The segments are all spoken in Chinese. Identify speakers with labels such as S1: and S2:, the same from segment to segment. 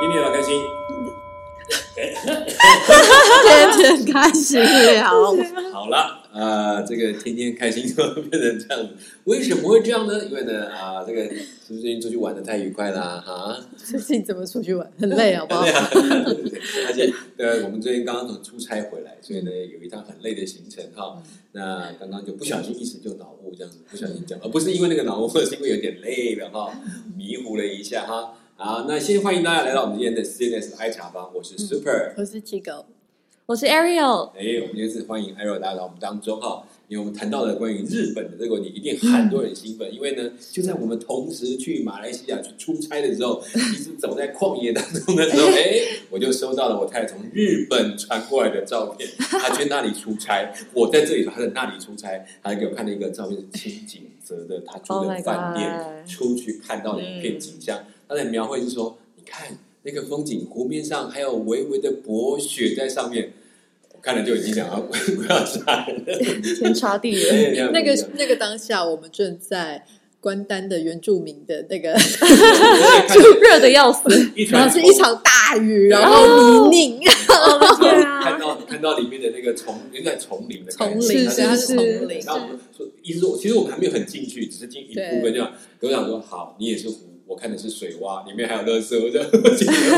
S1: 今天很开心，
S2: 天天开心聊，
S1: 好了，呃，这个天天开心就变成这样，为什么会这样呢？因为呢，啊、这个最近出去玩的太愉快啦，啊，
S2: 最近怎么出去玩？很累，好不好
S1: 对？啊，对对对而且呃对，我们最近刚刚从出差回来，所以呢有一趟很累的行程哈。那刚刚就不小心一时就脑雾这样子，不小心讲，而呃不是因为那个脑雾，是因为有点累了哈，迷糊了一下哈。好，那先欢迎大家来到我们今天的 CNS 爱茶房，我是 Super。
S2: 我是七狗，
S3: 我是 Ariel，
S1: 哎，我们今天是欢迎 Arrow 来到我们当中哈，因为我们谈到了关于日本的这个，你一定很多人兴奋，因为呢，就在我们同时去马来西亚去出差的时 候，一直走在旷野当中的时候，哎，我就收到了我太太从日本传过来的照 片，她去那里出差，我在这里，她在那里出差，她给我看了一个照片，是清景泽的她住
S3: Oh
S1: 的
S3: my
S1: 饭店
S3: God 嗯
S1: 出去看到的一片景象，她的描绘是说，你看那个风景，湖面上还有微微的薄雪在上面。我看了就已经想要不要杀人了。
S3: 天差地 远。
S1: 对
S2: 那个那个当下，我们正在关丹的原住民的那个，
S3: 热的要死，
S1: 一船
S2: 然后是一场大雨，然后
S3: 哦
S2: 泥泞，哦
S3: 对
S2: 啊
S1: 看，到看到里面的那个丛，应该丛林的感觉
S2: 丛林
S1: 它是
S2: 是
S1: 丛林
S2: 是是
S1: 然后我们说，意思说，其实我们还没有很进去，只是进一步跟这样。我想说，好，你也是湖，我看的是水洼，里面还有垃圾，我就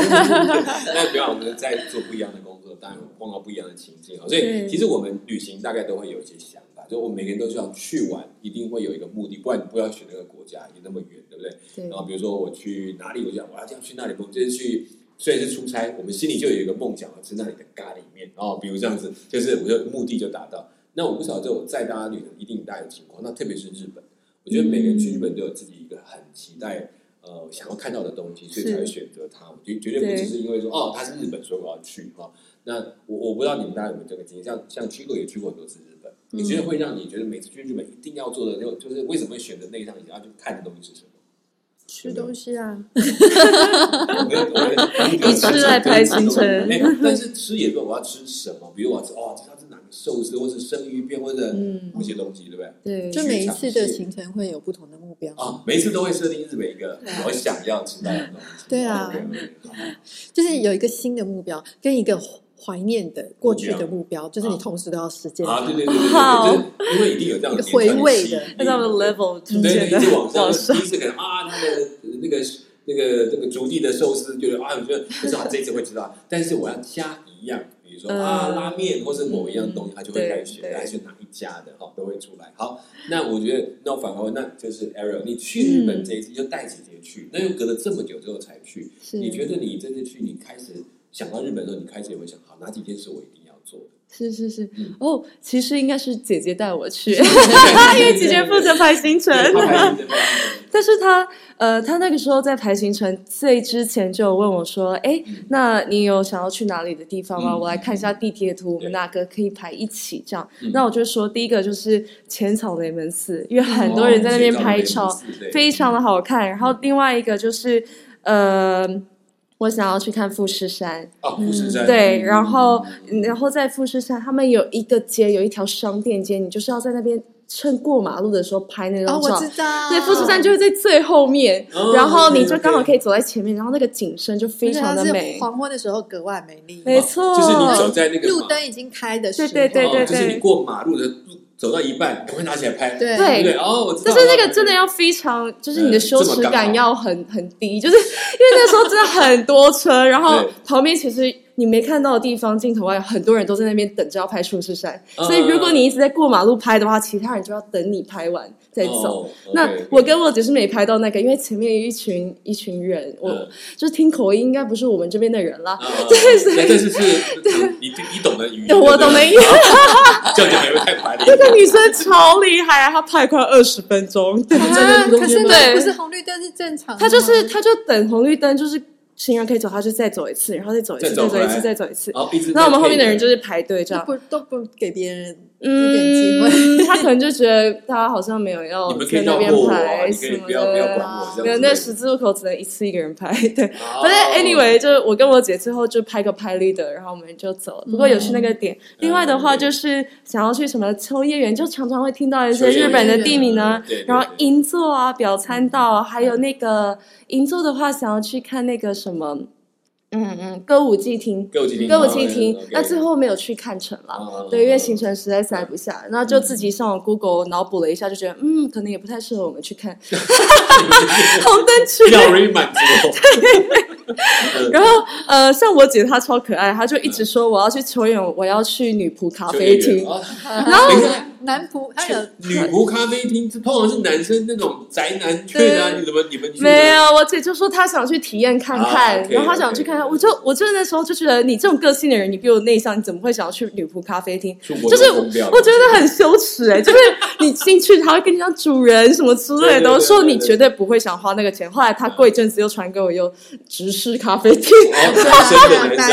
S1: 那不要，我们在做不一样的工作，当然碰到不一样的情境哦所以
S3: 对
S1: 其实我们旅行大概都会有一些想法，就我们每个人都是要去玩，一定会有一个目的，不然你不要选那个国家，也那么远，对不对？
S2: 对
S1: 然后比如说我去哪里，我就想我要这样去那里。我们这次去虽然是出差，我们心里就有一个梦想，要吃那里的咖喱面。然后比如这样子，就是我的目的就达到。那我不晓得这我载大家旅程一定大有情况，那特别是日本，我觉得每个人去日本都有自己一个很期待呃想要看到的东西，所以
S3: 是
S1: 才会选择它。我绝绝对不只是因为说哦它是日本，所以我要去哈。那我我不知道你们大家有没有这个经验，像像 Chico 也去过很多次日本，你觉得会让你觉得每次去日本一定要做的就就是为什么会选择那一趟，你要去看的东西是什么？
S2: 吃东西啊，
S1: 以
S3: 以吃来排行程
S1: 哎，但是吃也是我要吃什么？比如我要吃哦，这要是哪个寿司，或是生鱼片，或者
S2: 嗯
S1: 某些东西，对不对？
S3: 对，
S2: 就每一次的行程会有不同的目标。
S1: 啊，每一次都会设定日本一个我想要吃到的东西。
S2: 对啊
S1: OK，OK，
S2: 就是有一个新的目标，跟一个怀念的过去的目标，就是你同时都要实践
S1: 好。啊，
S2: 它。
S1: 对对对对
S3: 好
S1: 对，就是因为一定有这样的
S2: 回味的
S3: 那他们 level 逐
S1: 对对，
S3: 渐
S1: 一
S3: 的
S1: 直往上，
S3: 往
S1: 第
S3: 上，
S1: 一次可能啊，那个那个那个那个竹地的寿司，觉得啊，我觉得至少这一次会知道， 但是我要加一样，比如说啊
S3: 嗯
S1: 拉面或是某一样东西，他就会
S3: 对
S1: 开始选，
S3: 对
S1: 他选哪一家的哈，都会出来。好，那我觉得那我反而那就是 Ariel，你去日本这一次就带姐姐去，那又隔了这么久之后才去，
S2: 是
S1: 你觉得你这次去，你开始想到日本的时候，你开始也会想，好哪几件事我一定要做的？
S3: 是是是
S1: 嗯。
S3: 哦，其实应该是姐姐带我去，
S1: 因
S3: 因为姐姐负责排行程。 但是她呃，她那个时候在排行程最之前就有问我说：“哎
S1: 嗯，
S3: 那你有想要去哪里的地方吗？
S1: 嗯
S3: 我来看一下地铁图，我
S1: 对
S3: 们哪个可以排一起这样。
S1: 嗯”
S3: 那我就说，第一个就是浅草雷门寺，
S1: 哦
S3: 因为 很多人在那边拍照，非常的好看。然后另外一个就是，呃，我想要去看富士山，
S1: 哦，富士山
S3: 嗯对，然后
S1: 嗯
S3: 嗯然后在富士山，他们有一个街，有一条商店街，你就是要在那边趁过马路的时候拍那
S2: 哦，
S3: 张
S2: 我
S3: 照。
S2: 知道，
S3: 对，富士山就会在最后面，
S1: 哦
S3: 然后你
S1: OK，OK
S3: 就刚好可以走在前面，然后那个景深就非常的
S2: 而且它是
S3: 美。
S2: 黄昏的时候格外美丽，
S3: 没错，
S1: 哦就是你走在那个
S2: 路
S1: 马
S2: 灯已经开的时候，
S3: 对对对
S1: 哦就是你过马路的路走到一半，赶快拿起来拍，
S2: 对
S1: 对不对？哦，我知道
S3: 但是那个真的要非常，就是你的羞耻感要很很低，就是因 为那时候真的很多车，然后
S1: 对
S3: 旁边其实你没看到的地方，镜头外有很多人都在那边等着要拍富士山，
S1: 嗯
S3: 所以如果你一直在过马路拍的话，其他人就要等你拍完再走。
S1: 哦，OK，
S3: 那我跟我只是没拍到那个，因为前面有一群一群人，我、
S1: 嗯
S3: 就是听口音应该不是我们这边的人 啦。
S1: 啊对，但是是你你懂的语言，
S3: 我懂的
S1: 没？
S3: 意思，
S1: 这样讲也会太 烦了。
S3: 那个女生超厉害，啊她拍快二十分钟，啊对
S1: 你站在路
S2: 啊可
S1: 中
S2: 是
S1: 间吗
S2: 那不是红绿灯是正常的吗，
S3: 他就是他就等红绿灯，就是行人可以走，他就再走一次，然后再走一次，
S1: 再
S3: 再
S1: 走
S3: 走
S1: 回来
S3: 一次，再走一次。
S1: 哦，一直在
S3: 那我们后面的人
S1: 配
S3: 就
S1: 合
S3: 是排队这
S2: 都
S3: 样，
S2: 不都不给别人一点机会。
S3: 嗯，他可能就觉得大家好像没有要
S1: 你们可
S3: 哦在
S1: 以
S3: 那
S1: 绕
S3: 边
S1: 过我啊，
S3: 排
S1: 你可以
S3: 什么
S1: 不要不要管我这
S3: 的。
S1: 样子。
S3: 没有，那十字路口只能一次一个人排，对。
S1: 哦
S3: 反正 anyway，就是我跟我姐最后就拍个拍立得，然后我们就走了。不过有去那个点。另外的话，就是想要去什么秋叶原，就常常会听到一些日本的地名呢
S1: 秋叶原对对对，
S3: 然后银座啊、表参道啊，还有那个银座的话，想要去看那个什么。嗯嗯，歌舞伎町，
S1: 歌舞伎町，
S3: 歌舞伎町
S1: 哦，OK。
S3: 那最 后没有去看成了，
S1: 哦
S3: 对，因为行程实在塞不下，那就自己上网 Google 脑补了一下，就觉得嗯，可能也不太适合我们 去看红灯区。
S1: 要人满足。
S3: 然后呃，像我姐她超可爱，她就一直说我要去球员，我要去女仆咖啡厅。
S1: 哦
S2: 然
S1: 后
S2: 男仆，哎呀，
S1: 女仆咖啡厅，这通常是男生那种宅男去的啊，
S3: 对
S1: 你怎么你们去的
S3: 没？有，我姐就说她想去体验看看，
S1: 啊，OK，
S3: 然后她想去
S1: OK
S3: 看看，我就我就那时候就觉得你这种个性的人，你比我内向，你怎么会想要去女仆咖啡厅？
S1: 出国
S3: 就是我
S1: 疯掉了
S3: 我 觉得很羞耻哎、就是你进去他会跟你讲 主人什么之类
S1: 对对
S3: 的，
S1: 对
S3: 我说
S1: 对对
S3: 你
S1: 对
S3: 绝对不会想花那个钱。后来他过一阵子又传给我又直视咖啡厅，
S1: 哦
S2: 对
S1: 男生的
S2: 啊
S1: 男
S2: 男
S1: 生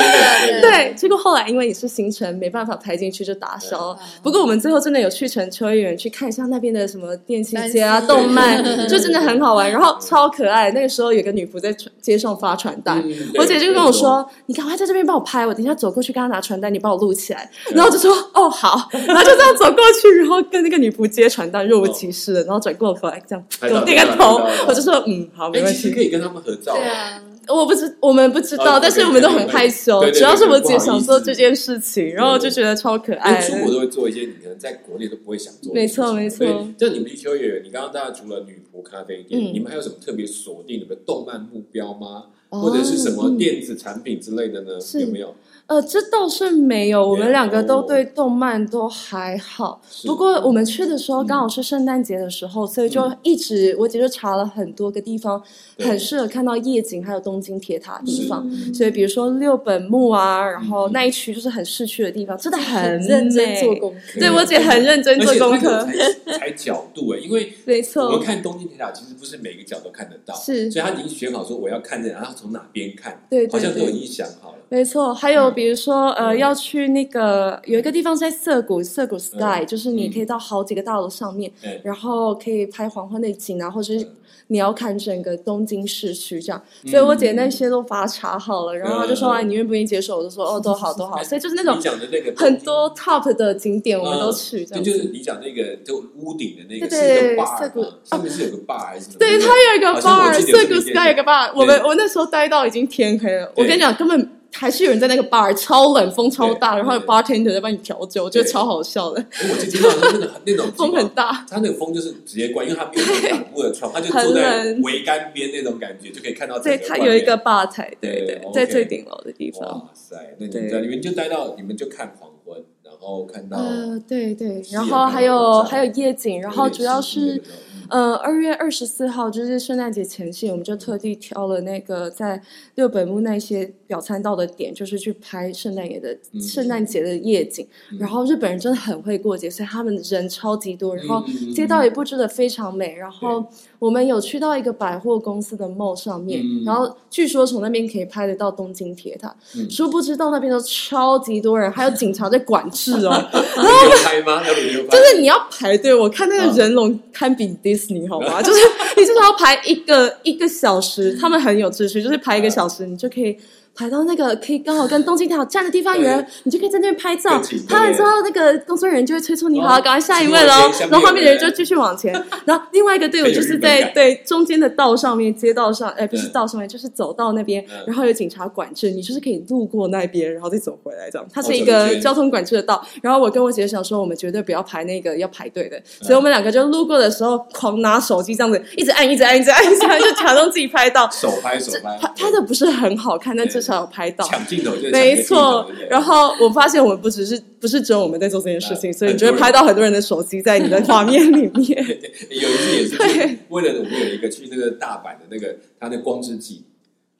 S1: 的，
S2: 的
S3: 对，结果后来因为你是行程没办法排进去就打消。不过我们最后真的有去成秋叶原去看一下那边的什么电器街啊、
S2: 单机
S3: 动漫
S1: 对对，对
S3: 就真的很好玩，然后超可爱。那个时候有个女仆在传街上发传单，
S1: 嗯
S3: 我姐就跟我，说：“你赶快在这边帮我拍，我等一下走过去跟她拿传单，你帮我录起来。”然后我就说：“哦，好。”然后就这样走过去，然后跟那个女仆接传单，若无其事的，然后转过头来这样
S1: 拍
S3: 给
S1: 照
S3: 我点个头
S1: 拍照拍照，
S3: 我就说：“嗯，好，没
S1: 对哎，
S3: 关
S1: 其实
S3: 系。
S1: 可以跟他们合照，
S2: 对啊，”
S3: 我不知我们不知
S1: 哦
S3: 道，但是我们都很害羞
S1: 对，对对
S3: 主要是我
S1: 不好
S3: 姐
S1: 意思
S3: 想做这件事情，然后我就觉得超可
S1: 因
S3: 爱
S1: 为。出国都会做一些你可能在国内都不会想做的
S3: 没
S1: 事情。
S3: 错没错
S1: 对像你们去秋叶原，你刚刚大家除了女仆咖啡店，
S3: 嗯
S1: 你们还有什么特别锁定你们动漫目标吗？
S3: 哦
S1: 或者是什么
S3: 嗯
S1: 电子产品之类的呢？
S3: 是
S1: 有没有？
S3: 呃，这倒是没有，我
S1: 没有
S3: 们两个都对动漫都还好。
S1: 是
S3: 不过我们去的时候
S1: 嗯
S3: 刚好是圣诞节的时候，所以就
S1: 嗯
S3: 一直我姐就查了很多个地方，
S1: 对
S3: 很适合看到夜景，还有东京铁塔的地方。
S2: 嗯
S3: 所以比如说六本木啊，然后
S1: 嗯
S3: 那一区就是很市区的地方，真的很
S2: 认真
S3: 美
S2: 做。功课，
S3: 对我姐很认真
S1: 而
S3: 做
S1: 且
S3: 功
S1: 它有
S3: 课，
S1: 才才角度哎，因为
S3: 没
S1: 我们
S3: 错，
S1: 看东京铁塔其实不是每个角都看得到，
S3: 是
S1: 所以他已经选好说我要看这，然后从哪边看，
S3: 对
S1: 好
S3: 对
S1: 像都已
S3: 对。
S1: 经想好了。
S3: 没错，还有比如说，呃，
S1: 嗯
S3: 要去那个有一个地方是在涩谷，涩谷 Sky，、
S1: 嗯
S3: 就是你可以到好几个大楼上面，
S1: 嗯
S3: 然后可以拍黄昏的景啊，或者是
S1: 嗯
S3: 你要看整个东京市区这样。
S1: 嗯
S3: 所以我姐那些都把它查好了，然后她就说
S1: 嗯
S3: 啊，你愿不愿意接受？我就说哦，都好，都好。所以就是那 种
S1: 你讲的那个
S3: 很多 top 的景点我们都去，这
S1: 对，
S3: 样
S1: 就
S3: 子。
S1: 是你讲那个，就屋顶的那个
S3: 对
S1: 是一
S3: 对
S1: 个
S3: 涩
S1: bar，
S3: 谷
S1: 嘛上面是有个 bar 还是什么？
S3: 对，它有一个
S1: 嗯好像我
S3: bar，
S1: 记得有
S3: 涩
S1: 这
S3: 谷
S1: 个嗯
S3: Sky 有个 bar，我们我那时候待到已经天黑了。
S1: 对
S3: 我跟你讲，根本还是有人在那个 bar，超冷，风超大，
S1: 对
S3: 然后有
S1: 对
S3: bartender 在帮你调酒，我觉得
S1: 对
S3: 超好笑的，
S1: 我就听到那个很那种
S3: 风很大。
S1: 他那个风就是直接关，因为他没有那种挡住的窗，他就坐
S3: 很
S1: 在
S3: 冷
S1: 桅杆边那种感觉，就可以看到整
S3: 对，
S1: 个
S3: 它
S1: 外
S3: 有一
S1: 面
S3: 个吧台，对
S1: 对
S3: 对，
S1: ，OK
S3: 在最顶楼的地方。
S1: 哇哦塞，那你们在
S3: 对
S1: 你们就待到你们就看黄昏，然后看到
S3: 呃，对对，
S1: 夕阳
S3: 然
S1: 的
S3: 后还
S1: 晚
S3: 有
S1: 上
S3: 还有夜景，然后主要是
S1: 有点湿气
S3: 呃，二月二十四号就是圣诞节前夕，我们就特地挑了那个在六本木那些表参道的点，就是去拍圣诞节的、
S1: 嗯
S3: 圣诞节的夜景。
S1: 嗯
S3: 然后日本人真的很会过节，所以他们人超级多，然后
S1: 嗯嗯嗯
S3: 街道也布置的非常美。然后我们有去到一个百货公司的 mall 上面，
S1: 嗯
S3: 然后据说从那边可以拍得到东京铁塔，
S1: 嗯
S3: 殊不知到那边都超级多人，还有警察在管制哦。
S1: 那种，有嗯拍吗？要旅游拍？
S3: 就是你要排队，我看那个人龙堪比迪士尼，好吗？ 就是你至少要排一个一个小时，他们很有秩序，就是排一个小时，你就可以排到那个可以刚好跟东京塔站的地方
S1: 对
S3: 缘，你就可以在那边拍照
S1: 更近对。
S3: 拍完之后，那个工作人员就会催促你，
S1: 哦
S3: 好，赶快下一位喽
S1: 下面有人。
S3: 然后后面的人就继续 往前，然后另外一个队伍就
S1: 很
S3: 是
S1: 有日
S3: 在
S1: 本感
S3: 对中间的道上面，街道上，哎，不是
S1: 嗯
S3: 道上面，就是走道那边
S1: 嗯，
S3: 然后有警察管制，你就是可以路过那边，然后再走回来这样。它
S1: 哦
S3: 是一
S1: 走一
S3: 个
S1: 圈
S3: 交通管制的道。然后我跟我姐想说，我们绝对不要排那个要排队的，
S1: 嗯
S3: 所以我们两个就路过的时候狂拿手机这样子一直按，一直按，一直按，一直按，就假装自己拍 到。
S1: 手拍手拍
S3: 拍，拍的不是很好看，但至少有 拍到。
S1: 抢镜头就是抢
S3: 没
S1: 镜
S3: 错
S1: 头对不，对
S3: 然后我发现我们不只是不是只有我们在做这件事情，
S1: 嗯
S3: 所以你就会拍到很多人的手机在你的画面里 面。
S1: 有一次也是就是
S3: 对
S1: 为了我们有一个去那个大阪的那个他那光之祭，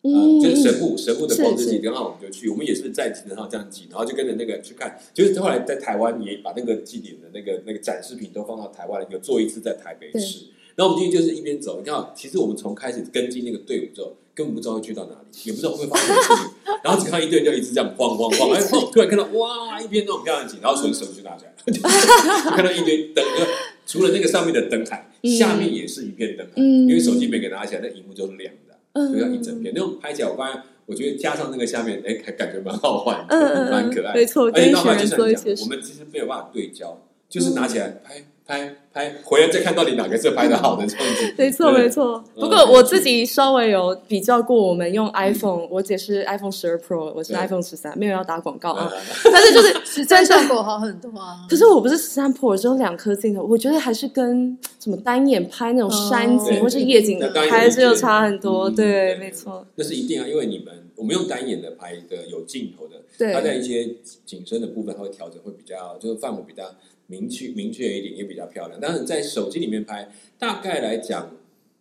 S3: 嗯，
S1: 啊就是神户神户的光之祭，
S3: 是
S1: 刚好我们就去，我们也是在然后这样记，然后就跟着那个去看，就是后来在台湾也把那个祭典的那个那个展示品都放到台湾，有做一次在台北市。然后我们今天就是一边走，你看，其实我们从开始跟进那个队伍之后，根本不知道会去到哪里，也不知道会不会发生 什么事情。然后只看到一堆人就一直这样晃晃晃，哎晃，突然看到哇，一边那种漂亮景，然后所有手机就拿起来，就 看到一堆灯，就除了那个上面的灯海，下面也是一片灯海，因
S3: 嗯
S1: 为手机每个拿起来，那荧幕就是亮的。
S3: 嗯
S1: 就像一整片那种拍起来，我发现我觉得加上那个下面，哎，还感觉蛮好玩的，
S3: 嗯嗯嗯
S1: 蛮可爱的。
S3: 没错
S1: 而且到后来
S3: 跟一
S1: 就像
S3: 群人
S1: 你
S3: 做一些
S1: 讲，
S3: 事
S1: 我们其实没有办法对焦，就是拿起来拍，拍拍，回来再看到底哪个是拍的好的这样子。
S3: 没错，
S1: 对
S3: 没错。
S1: 嗯
S3: 不过我自己稍微有比较过，我们用
S1: 嗯
S3: iPhone，我姐是 iPhone 十二 Pro，我是
S1: 对
S3: iPhone 十三，没有要打广告啊。
S1: 嗯
S3: 但是就是，
S2: 实战效果好很多啊。
S3: 可是我不是十三 Pro，我只有两颗镜头，我觉得还是跟什么单眼拍那种山
S2: 哦
S3: 景或是夜景
S1: 那当然有
S3: 还是有
S1: 一些
S3: 差很多。
S1: 嗯
S3: 对，
S1: 对
S3: 没错，
S1: 那是一定啊，因为你们我们用单眼的拍一个有镜头的，
S3: 对
S1: 它在一些景深的部分它会调整，会比较就是范围比较明确明确一点，也比较漂亮。但是在手机里面拍，大概来讲，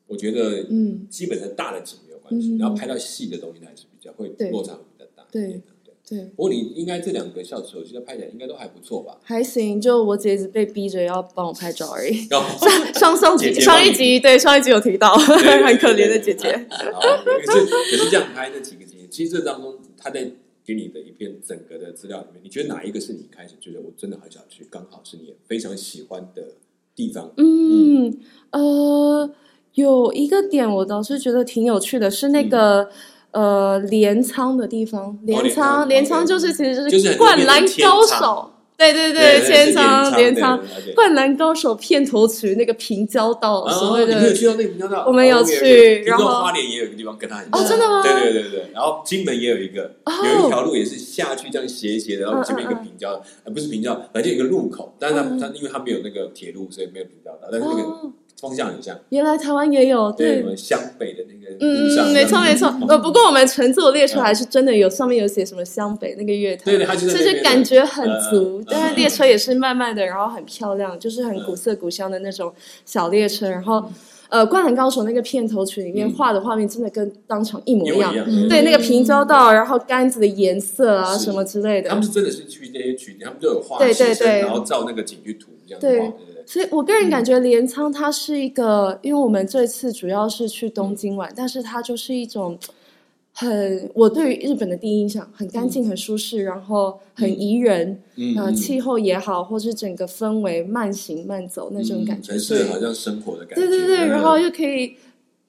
S1: 我觉得
S3: 嗯，
S1: 基本上大的景没有关系，
S3: 嗯
S1: 然后拍到细的东西还是比较会
S3: 对
S1: 落差会比较大一
S3: 对
S1: 点的。对，
S3: 对。
S1: 不过你应该这两个小手机的拍起来应该都还不错吧？
S3: 还行，就我姐一直被逼着要帮我拍照而 已。
S1: 然后
S3: 上上集
S1: 姐姐
S3: 上一集对上一集有提到，
S1: 对
S3: 很可怜的姐姐。
S1: 好，可是可是这样拍那几个景，其实这当中他在给你的一篇整个的资料里面，你觉得哪一个是你开始觉得我真的很想去，刚好是你也非常喜欢的地方？
S3: 嗯，呃，有一个点我倒是觉得挺有趣的，是那个、呃镰仓的地方，哦镰
S1: 镰仓
S3: 仓，镰仓就是其实
S1: 就
S3: 就是
S1: 很多
S3: 灌
S1: 变
S3: 篮
S1: 成千
S3: 高
S1: 仓
S3: 手，对对对，千仓镰仓，
S1: 对
S3: 灌篮高手片头曲那个平交道哦所谓
S1: 啊你没有
S3: 的
S1: 去到那个频道道？
S3: 我们有
S1: 哦
S3: 去
S1: 有
S3: 然后
S1: 听说花莲也有一个地方跟他很
S3: 哦，
S1: 像
S3: 真的吗？
S1: 对对对对，然后金门也有一个，
S3: 哦
S1: 有一条路也是下去这样斜斜的，然后前面一个
S3: 嗯嗯嗯
S1: 平交，呃，不是平交，反正就有一个路口，但是它
S3: 嗯嗯
S1: 它因为它没有那个铁路，所以没有平交道，但是那个
S3: 哦，
S1: 方向很像。
S3: 原来台湾也有
S1: 对
S3: 对
S1: 我。们湘北的那个路上
S3: 嗯，
S1: 的，
S3: 没错没错。呃，不过我们乘坐列车
S1: 嗯
S3: 还是真的有，上面有写什么湘北那个乐坛，
S1: 对对它就在那边
S3: 是感觉很足
S1: 嗯。
S3: 但是列车也是慢慢的，然后很漂亮，就是很古色古香的那种小列车。然后，呃，《灌篮高手》那个片头曲里面
S1: 嗯
S3: 画的画面真的跟当场一模
S1: 一
S3: 一样
S1: 模一。样。
S2: 嗯
S3: 对，那个平交道，然后杆子的颜色啊
S1: 是
S3: 什么之类
S1: 他们
S3: 的。
S1: 是真的是去那些取景，他们就有画
S3: 对对
S1: 师生
S3: 对
S1: 然后照那个景去图这样子
S3: 对
S1: 画，对对对。
S3: 所以我个人
S1: 嗯
S3: 感觉镰仓它是一个，因为我们这次主要是去东京
S1: 嗯
S3: 玩，但是它就是一种很我对于日本的第一印象，很干净、很舒适，然后很宜人，
S1: 嗯
S3: 呃，
S1: 嗯
S3: 气候也好，或是整个氛围慢行慢走那种感觉，
S1: 很
S3: 所
S1: 嗯是
S3: 以
S1: 好像生活的嗯感觉。
S3: 对对对，然后又可以。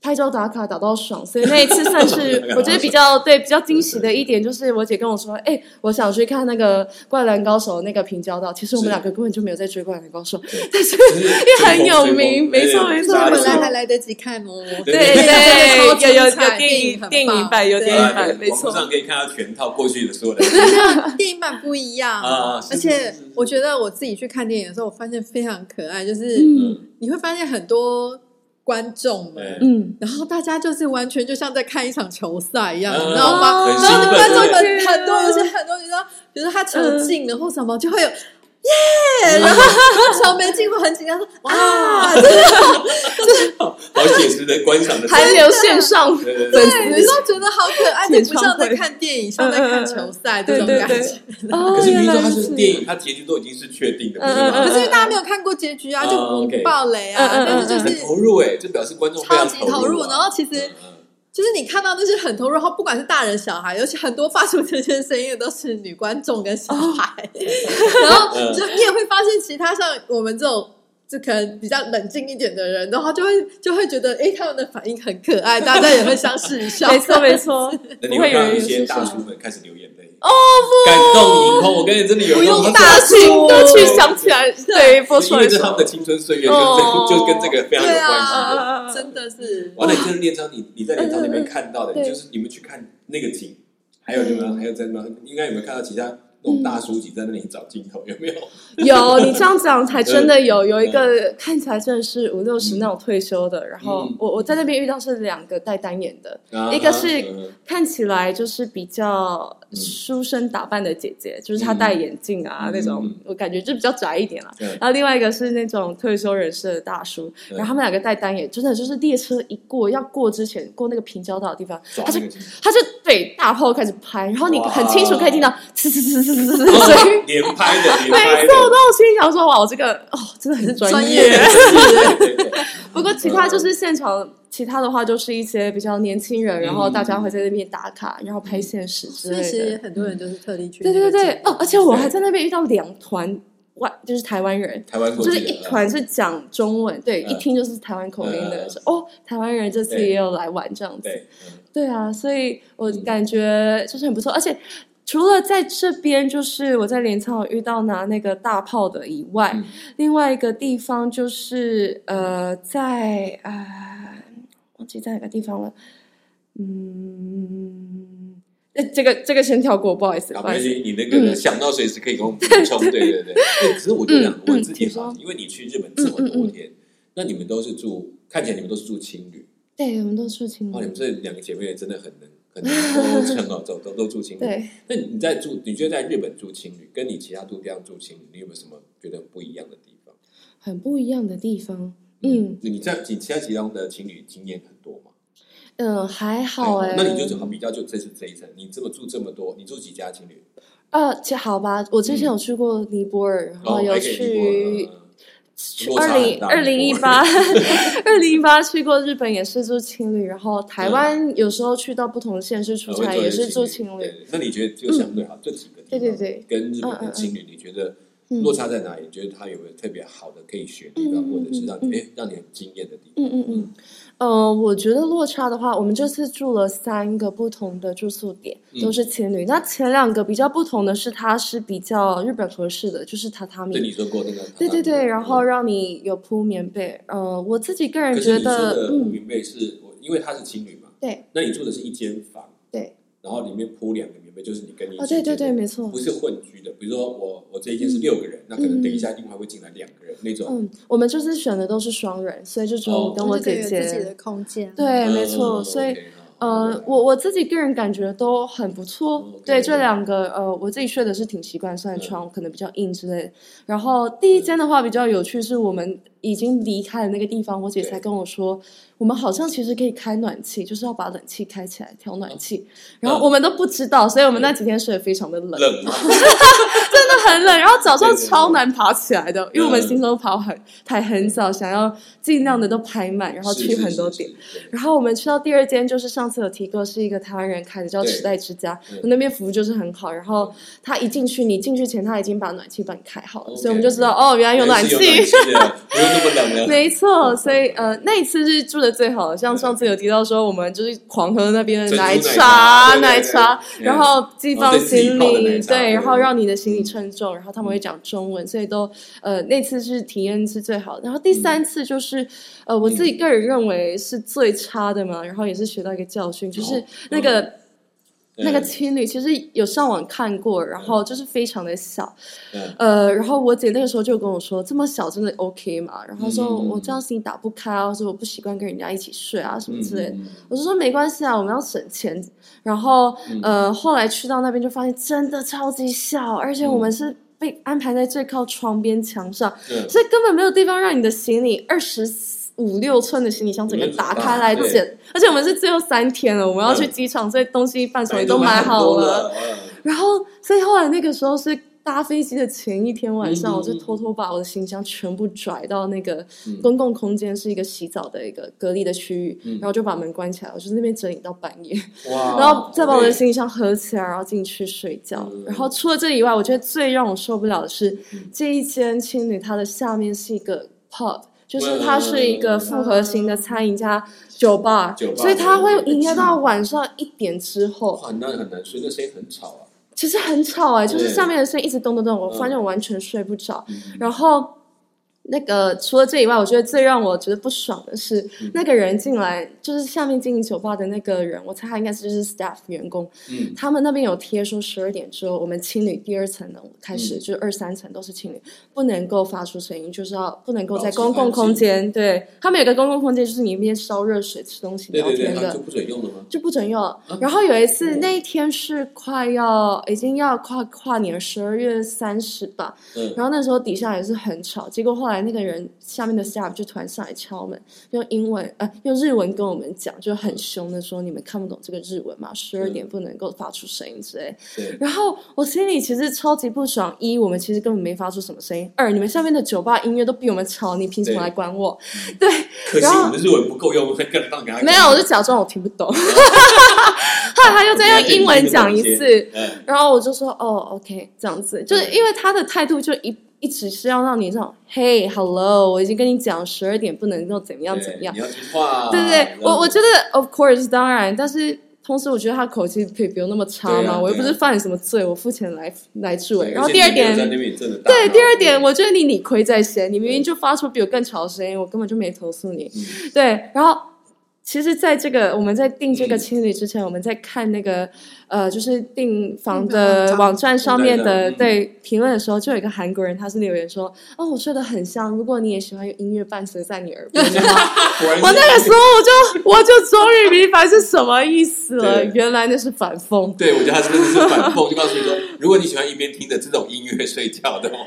S3: 拍照打卡打到爽，所以那一次 算是
S1: 啊
S3: 我觉得比较对比较惊喜的一点，就是我姐跟我说：“哎、我想去看那个《灌篮高手》那个平交道。”其实我们
S1: 是
S3: 两个根本就没有在追《灌篮高手》，
S1: 因为
S3: 很有名没错没错
S2: 所以
S3: 没
S2: 本
S3: 错
S2: 来还来得及看哦。
S1: 对
S3: 对
S2: 对
S3: 对，有有
S2: 超精彩
S3: 有电
S2: 电影
S3: 影
S2: 很
S3: 电影
S2: 棒
S3: 版，有
S2: 对
S3: 电影版，没
S1: 网络
S3: 错。
S1: 上可以看到全套过去的所有的
S2: 电影版不一样
S1: 啊是
S2: 而
S1: 是
S2: 且
S1: 是是
S2: 我觉得我自己去看电影的时候，我发现非常可爱，就是
S3: 嗯
S2: 你会发现很多观众们，
S1: 对
S3: 嗯，
S2: 然后大家就是完全就像在看一场球赛一样，
S1: 嗯
S2: 你知道
S3: 哦
S2: 吗？
S1: 很
S2: 然后
S1: 兴
S2: 那
S1: 奋
S2: 观众
S1: 对
S2: 们很多，有些很多，你知道，比如说他球
S3: 嗯
S2: 进了或什么，就会有
S1: 嗯
S2: 耶，然后球没进会很紧张，说啊，就是
S1: 好写实的观赏的场景。
S3: 韩流线上
S1: 对对对。
S3: 粉
S2: 你
S3: 丝
S2: 就觉得好可爱，
S3: 演
S2: 你不
S3: 唱
S2: 像
S3: 会嗯
S2: 在看电影，像在看球赛这
S3: 对
S2: 种
S3: 对
S2: 感
S3: 对
S2: 觉。，
S3: 哦
S1: 可是
S3: 原
S1: 你说
S3: 来
S1: 它
S3: 如
S1: 是
S3: 此
S1: 电影，它结局都已经是确定的，不是
S3: 嗯
S1: 吗
S2: 可？是因为大家没有看过结局啊，
S1: 嗯
S2: 就
S1: 嗯
S2: 不
S1: ，OK
S2: 爆雷
S3: 嗯
S2: 啊
S3: 嗯。
S2: 但是就
S1: 很
S2: 是
S1: 投入哎，就表示观众非
S2: 超
S1: 常
S2: 级投入，
S1: 啊
S2: 然后其实
S1: 嗯
S2: 就是你看到那些很投入，然后不管是大人小孩，尤其很多发出这些声音的都是女观众跟小
S3: 哦
S2: 孩，然后
S1: 嗯
S2: 就你也会发现，其他像我们这种。就可能比较冷静一点的人，然后就会就会觉得，哎、他们的反应很可爱，大家也会相视一笑。
S3: 没 错没错，
S1: 那
S3: 不
S1: 你会
S3: 会有
S1: 看到
S3: 人
S1: 一
S3: 有
S1: 些
S3: 些
S1: 大
S3: 伤
S1: 叔们开始流眼泪哦，不感动影后， 我跟你真的有
S2: 不
S1: 人
S2: 用
S1: 他
S2: 大
S3: 大群
S2: 叔
S3: 歌曲想起来，对，播出
S1: 因
S3: 来
S1: 为
S3: 的
S1: 这
S3: 时
S1: 是他们
S3: 候
S1: 的青春岁月，就
S3: 哦
S1: 就跟这个非常有
S2: 对
S1: 关系的。
S2: 啊，真的是。
S1: 完了，哦你就是镰仓，你你在镰仓那边
S3: 嗯嗯嗯
S1: 看到的，
S3: 对嗯
S1: 就是你们去看那个景，还有你们还有在那，应该有没有看到其他那种大叔级在那里找镜头？有没有？
S3: 有你这样讲才真的有有一个看起来真的是五六十那种退休的，然后
S1: 嗯
S3: 我我在那边遇到是两个戴单眼的，
S1: 啊
S3: 一个是
S1: 嗯
S3: 看起来就是比较
S1: 嗯
S3: 书生打扮的姐姐，就是她戴眼镜啊、
S1: 嗯
S3: 那种
S1: 嗯，
S3: 我感觉就比较宅一点啦。
S1: 对
S3: 然后另外一个是那种退休人士的大叔，
S1: 对
S3: 然后他们两个戴单眼，真的就是列车一过要过之前过那个平交道的地方，
S1: 抓
S3: 他
S1: 那
S3: 就
S1: 个镜
S3: 他就对大炮开始拍，然后你
S1: 哇
S3: 很清楚可以听到呲呲呲呲呲呲
S1: 头，
S3: 呲声音。
S1: 哦连拍的，连
S3: 没
S1: 拍
S3: 错，
S1: 的，
S3: 那我心里想说，哇，我这个哦，真的很是专
S2: 专业
S1: 对对对
S3: 不过其他就是现场，其他的话就是一些比较年轻人，然后大家会在那边打卡，然后拍现实之
S2: 所
S3: 类
S2: 以
S3: 的。
S2: 其实很多人就是特地去。
S3: 对对对对，哦，而且我还在那边遇到两团外，就是台湾人，
S1: 台湾国
S3: 就
S1: 际
S3: 是
S1: 的呃
S3: 一团是讲中文，对，
S1: 嗯
S3: 一听就是台湾口音
S1: 嗯
S3: 的，说哦，台湾人这次
S1: 对
S3: 也有来玩这样子，
S1: 对，嗯
S3: 对啊，所以我感觉就是很不错，而且。除了在这边，就是我在镰仓有遇到拿那个大炮的以外，
S1: 嗯
S3: 另外一个地方就是呃，在呃，忘记在哪个地方了，嗯，呃这个这个先跳过，不好意思，
S1: 好，
S3: 不
S1: 没
S3: 好意
S1: 关
S3: 思。
S1: 系，你那个
S3: 嗯
S1: 想到随时可以跟我们补 充，对对对。哎可是我就想
S3: 嗯
S1: 问自己
S3: 嗯
S1: 好
S3: 请，
S1: 因为你去日本这
S3: 嗯
S1: 么多天，那你们都是住，看起来你们都是住青旅，
S3: 对，我们都是情
S1: 哇，哦你
S3: 侣，
S1: 们这两个姐妹真的很能很 能都撑哦，走都都住青旅。
S3: 对。
S1: 那你在住，你觉得在日本住青旅，跟你其他住地方住青旅，你有没有什么觉得不一样的地方？
S3: 很不一样的地方。嗯，
S1: 你在你其他地方的青旅经验很多吗？
S3: 嗯，还好哎、
S1: 还那你就正好比较，就这是这一层，你这么住这么多，你住几家青旅？
S3: 呃，其实好吧，我之前有去过尼泊尔，然后哦有
S1: 嗯哦还可以尼
S3: 去
S1: 泊尔嗯落差
S3: 二
S1: 很
S3: 零
S1: 大
S3: 二零 一八二零一八去过日本也是住情侣，然后台湾有时候去到不同县市
S1: 嗯
S3: 出
S1: 呃
S3: 差
S1: 会
S3: 也是住
S1: 情
S3: 情
S1: 侣。
S3: 侣。
S1: 对那你觉得就相对好，这几个地方
S3: 嗯对对对，
S1: 跟日本的
S3: 嗯嗯
S1: 情侣，你觉得
S3: 嗯
S1: 落差在哪里？觉得它有没有特别好的可以学的地方，
S3: 嗯嗯
S1: 或者是
S3: 嗯
S1: 让你哎让你很惊艳的地方？
S3: 嗯嗯嗯，呃，我觉得落差的话，我们这次住了三个不同的住宿点，
S1: 嗯
S3: 都是情侣。那前两个比较不同的是，它是比较日本合适的，就是榻榻米
S1: 对，你说过那个，
S3: 对对对，然后
S1: 嗯
S3: 让你有铺棉被。呃，我自己个人
S1: 可是
S3: 觉
S1: 你住
S3: 得，
S1: 的
S3: 嗯，
S1: 棉被是我，因为它是情侣嘛，
S3: 对，
S1: 那你住的是一间房，
S3: 对，
S1: 然后里面铺两个棉被，就是你跟你一起
S3: 哦，对对
S1: 住
S3: 对，
S1: 的
S3: 没错
S1: 不。是混居的，比如说我我这一间是六个人，那可能等一下另外会进来两个人那种。
S3: 嗯，我们这次选的都是双人，所以就只有
S1: 哦
S3: 我跟我
S2: 就觉
S3: 姐
S2: 得有自己
S3: 姐。
S2: 的空间，
S3: 对，
S1: 嗯
S3: 没
S1: 嗯
S3: 错。所以，
S1: OK，好
S3: 呃，我我自己个人感觉都很不错
S1: 嗯。，OK
S3: 对，这两个，呃，我自己睡的是挺习惯，虽然
S1: 嗯
S3: 床可能比较硬之类的。然后第一间的话比较有趣，是我们已经离开了那个地方，我姐才
S1: 对
S3: 跟我说，我们好像其实可以开暖气，就是要把冷气开起来，调暖气。然
S1: 嗯
S3: 后我们都不知道，所以我们那几天睡得非常的冷。
S1: 冷 吗？
S3: 很冷，然后早
S1: 对
S3: 上
S1: 对对
S3: 超难爬起来的，因为我们
S1: 嗯
S3: 新手跑很排很早，想要尽量的都排满，然后
S1: 是
S3: 去很多。点。
S1: 是是是对
S3: 然后我们去到第二间，就是上次有提过，是一个台湾人开的，叫
S1: 对
S3: 时代之家
S1: 嗯，
S3: 那边服务就是很好。然后他一进去，你进去前他已经把暖气帮你开好了，
S1: OK，
S3: 所以我们就知道哦，原来有暖
S1: 是
S3: 气
S1: 有。暖气的，不用那么冷了。
S3: 没错，所以呃，那一次是住的最好的。像上次有提到说，我们就是狂喝那边的
S1: 珍珠
S3: 奶
S1: 奶
S3: 茶
S1: 茶、对对
S3: 奶
S1: 对
S3: 茶，
S1: 嗯
S3: 然后寄
S1: 然后
S3: 放
S1: 再自己
S3: 行
S1: 泡的奶
S3: 李，
S1: 茶对
S3: 对，然后让你的行李称重，然后他们会讲中文，所以都呃那次是体验是最好的。然后第三次就是呃我自己个人认为是最差的嘛，然后也是学到一个教训，就是
S1: 哦
S3: 那个
S1: 嗯
S3: 那个情侣其实有上网看过，然后就是非常的小，
S1: 嗯
S3: 呃，然后我姐那个时候就跟我说，这么小真的 OK 嘛？然后说、
S1: 嗯
S3: 我这样心打不开啊，说我不习惯跟人家一起睡啊什么之类的。
S1: 嗯
S3: 我就说没关系啊，我们要省钱。然后、呃，后来去到那边就发现真的超级小，而且我们是被安排在最靠窗边墙上，
S1: 嗯
S3: 所以根本没有地方让你的行李二十五六寸的行李箱整个打开来
S1: 嗯啊对
S3: 捡。而且我们是最后三天了，我们要去
S1: 嗯哎
S3: 机场，所以东西伴手礼都
S1: 买
S3: 买
S1: 很
S3: 好
S1: 多
S3: 了。
S1: 了。嗯
S3: 然后，所以后来那个时候是搭飞机的前一天晚上，
S1: 嗯嗯
S3: 我就偷偷把我的行李箱全部拽到那个
S1: 嗯
S3: 公共空间，是一个洗澡的一个隔离的区域，
S1: 嗯哦
S3: 然后就把门关起来，我就在那边整理到半夜，
S1: 哇！
S3: 然后再把我的行李箱合起来，然后进去睡觉。
S1: 嗯
S3: 然后除了这以外，我觉得最让我受不了的是、
S1: 嗯
S3: 这一间青旅，它的下面是一个 pod。就是它是一个复合型的餐饮加酒吧，
S1: 嗯酒吧
S3: 所以它会营业到
S1: 嗯
S3: 晚上一点之后。
S1: 哇，那很难睡，那声音很吵啊。
S3: 其实很吵哎、
S1: 对
S3: 就是上面的声音一直咚咚咚，我
S1: 嗯
S3: 发现我完全睡不着。
S1: 嗯
S3: 然后那个除了这以外，我觉得最让我觉得不爽的是，
S1: 嗯
S3: 那个人进来就是下面经营酒吧的那个人，我猜他应该是就是 staff 员工，
S1: 嗯
S3: 他们那边有贴说十二点之后，我们清理第二层呢开始，
S1: 嗯
S3: 就是二三层都是清理，不能够发出声音，就是要不能够在
S1: 保持
S3: 公
S1: 安
S3: 共
S1: 静
S3: 空间。对他们有个公共空间，就是你一边烧热水、吃东西、
S1: 对
S3: 聊
S1: 对对，
S3: 天
S1: 他
S3: 的
S1: 就。不准用了吗？
S3: 就不准用
S1: 嗯。
S3: 然后有一次，那一天是快要已经要跨跨年，十二月三十吧。
S1: 嗯，
S3: 然后那时候底下也是很吵，结果后来那个人下面的 staff 就突然上来敲门，用英文呃用日文跟我们讲，就很凶的说你们看不懂这个日文嘛，十二点不能够发出声音之类。
S1: 对，
S3: 然后我心里其实超级不爽，一我们其实根本没发出什么声音，二你们下面的酒吧音乐都比我们吵，你凭什么
S1: 对
S3: 来管我？
S1: 可惜
S3: 然后
S1: 我们日文不够用，会更让给他
S3: 没有，我就假装我听不懂。 后来他又再用英文讲一次，
S1: 嗯
S3: 然后我就说哦，OK，这样子，就是因为他的态度就一一直是要让你这种嘿，hello，我已经跟你讲十二点不能够怎么样怎么
S1: 对
S3: 样
S1: 你，要听话。嗯
S3: 对对对，我我觉得 of course 当然，但是同时我觉得他口气可以不用那么差
S1: 对啊
S3: 嘛，我又
S1: 对啊
S3: 不是犯了什么罪，我付钱来来治
S1: 对
S3: 我。
S1: 而
S3: 然后
S1: 且
S3: 第二
S1: 你没有
S3: 点，
S1: 在那边真的大
S3: 对，
S1: 闹
S3: 第二点，我觉得你理亏在先，你明明就发出比我更吵的声音，我根本就没投诉你。
S1: 嗯
S3: 对，然后其实，在这个我们在定这个清理之前，我们在看那个呃，就是订房的
S2: 订房网站
S3: 网站上面的
S1: 嗯
S3: 对评论的时候，就有一个韩国人，他是留言说：“哦，我睡得很香，如果你也喜欢有音乐伴随在你耳边。”
S1: 果然是
S3: 我那个时候我就我就终于明白是什么意思了，
S1: 对
S3: 原来那是反讽。
S1: 对，我觉得他真的是反讽，就告诉你说，如果你喜欢一边听着这种音乐睡觉的话，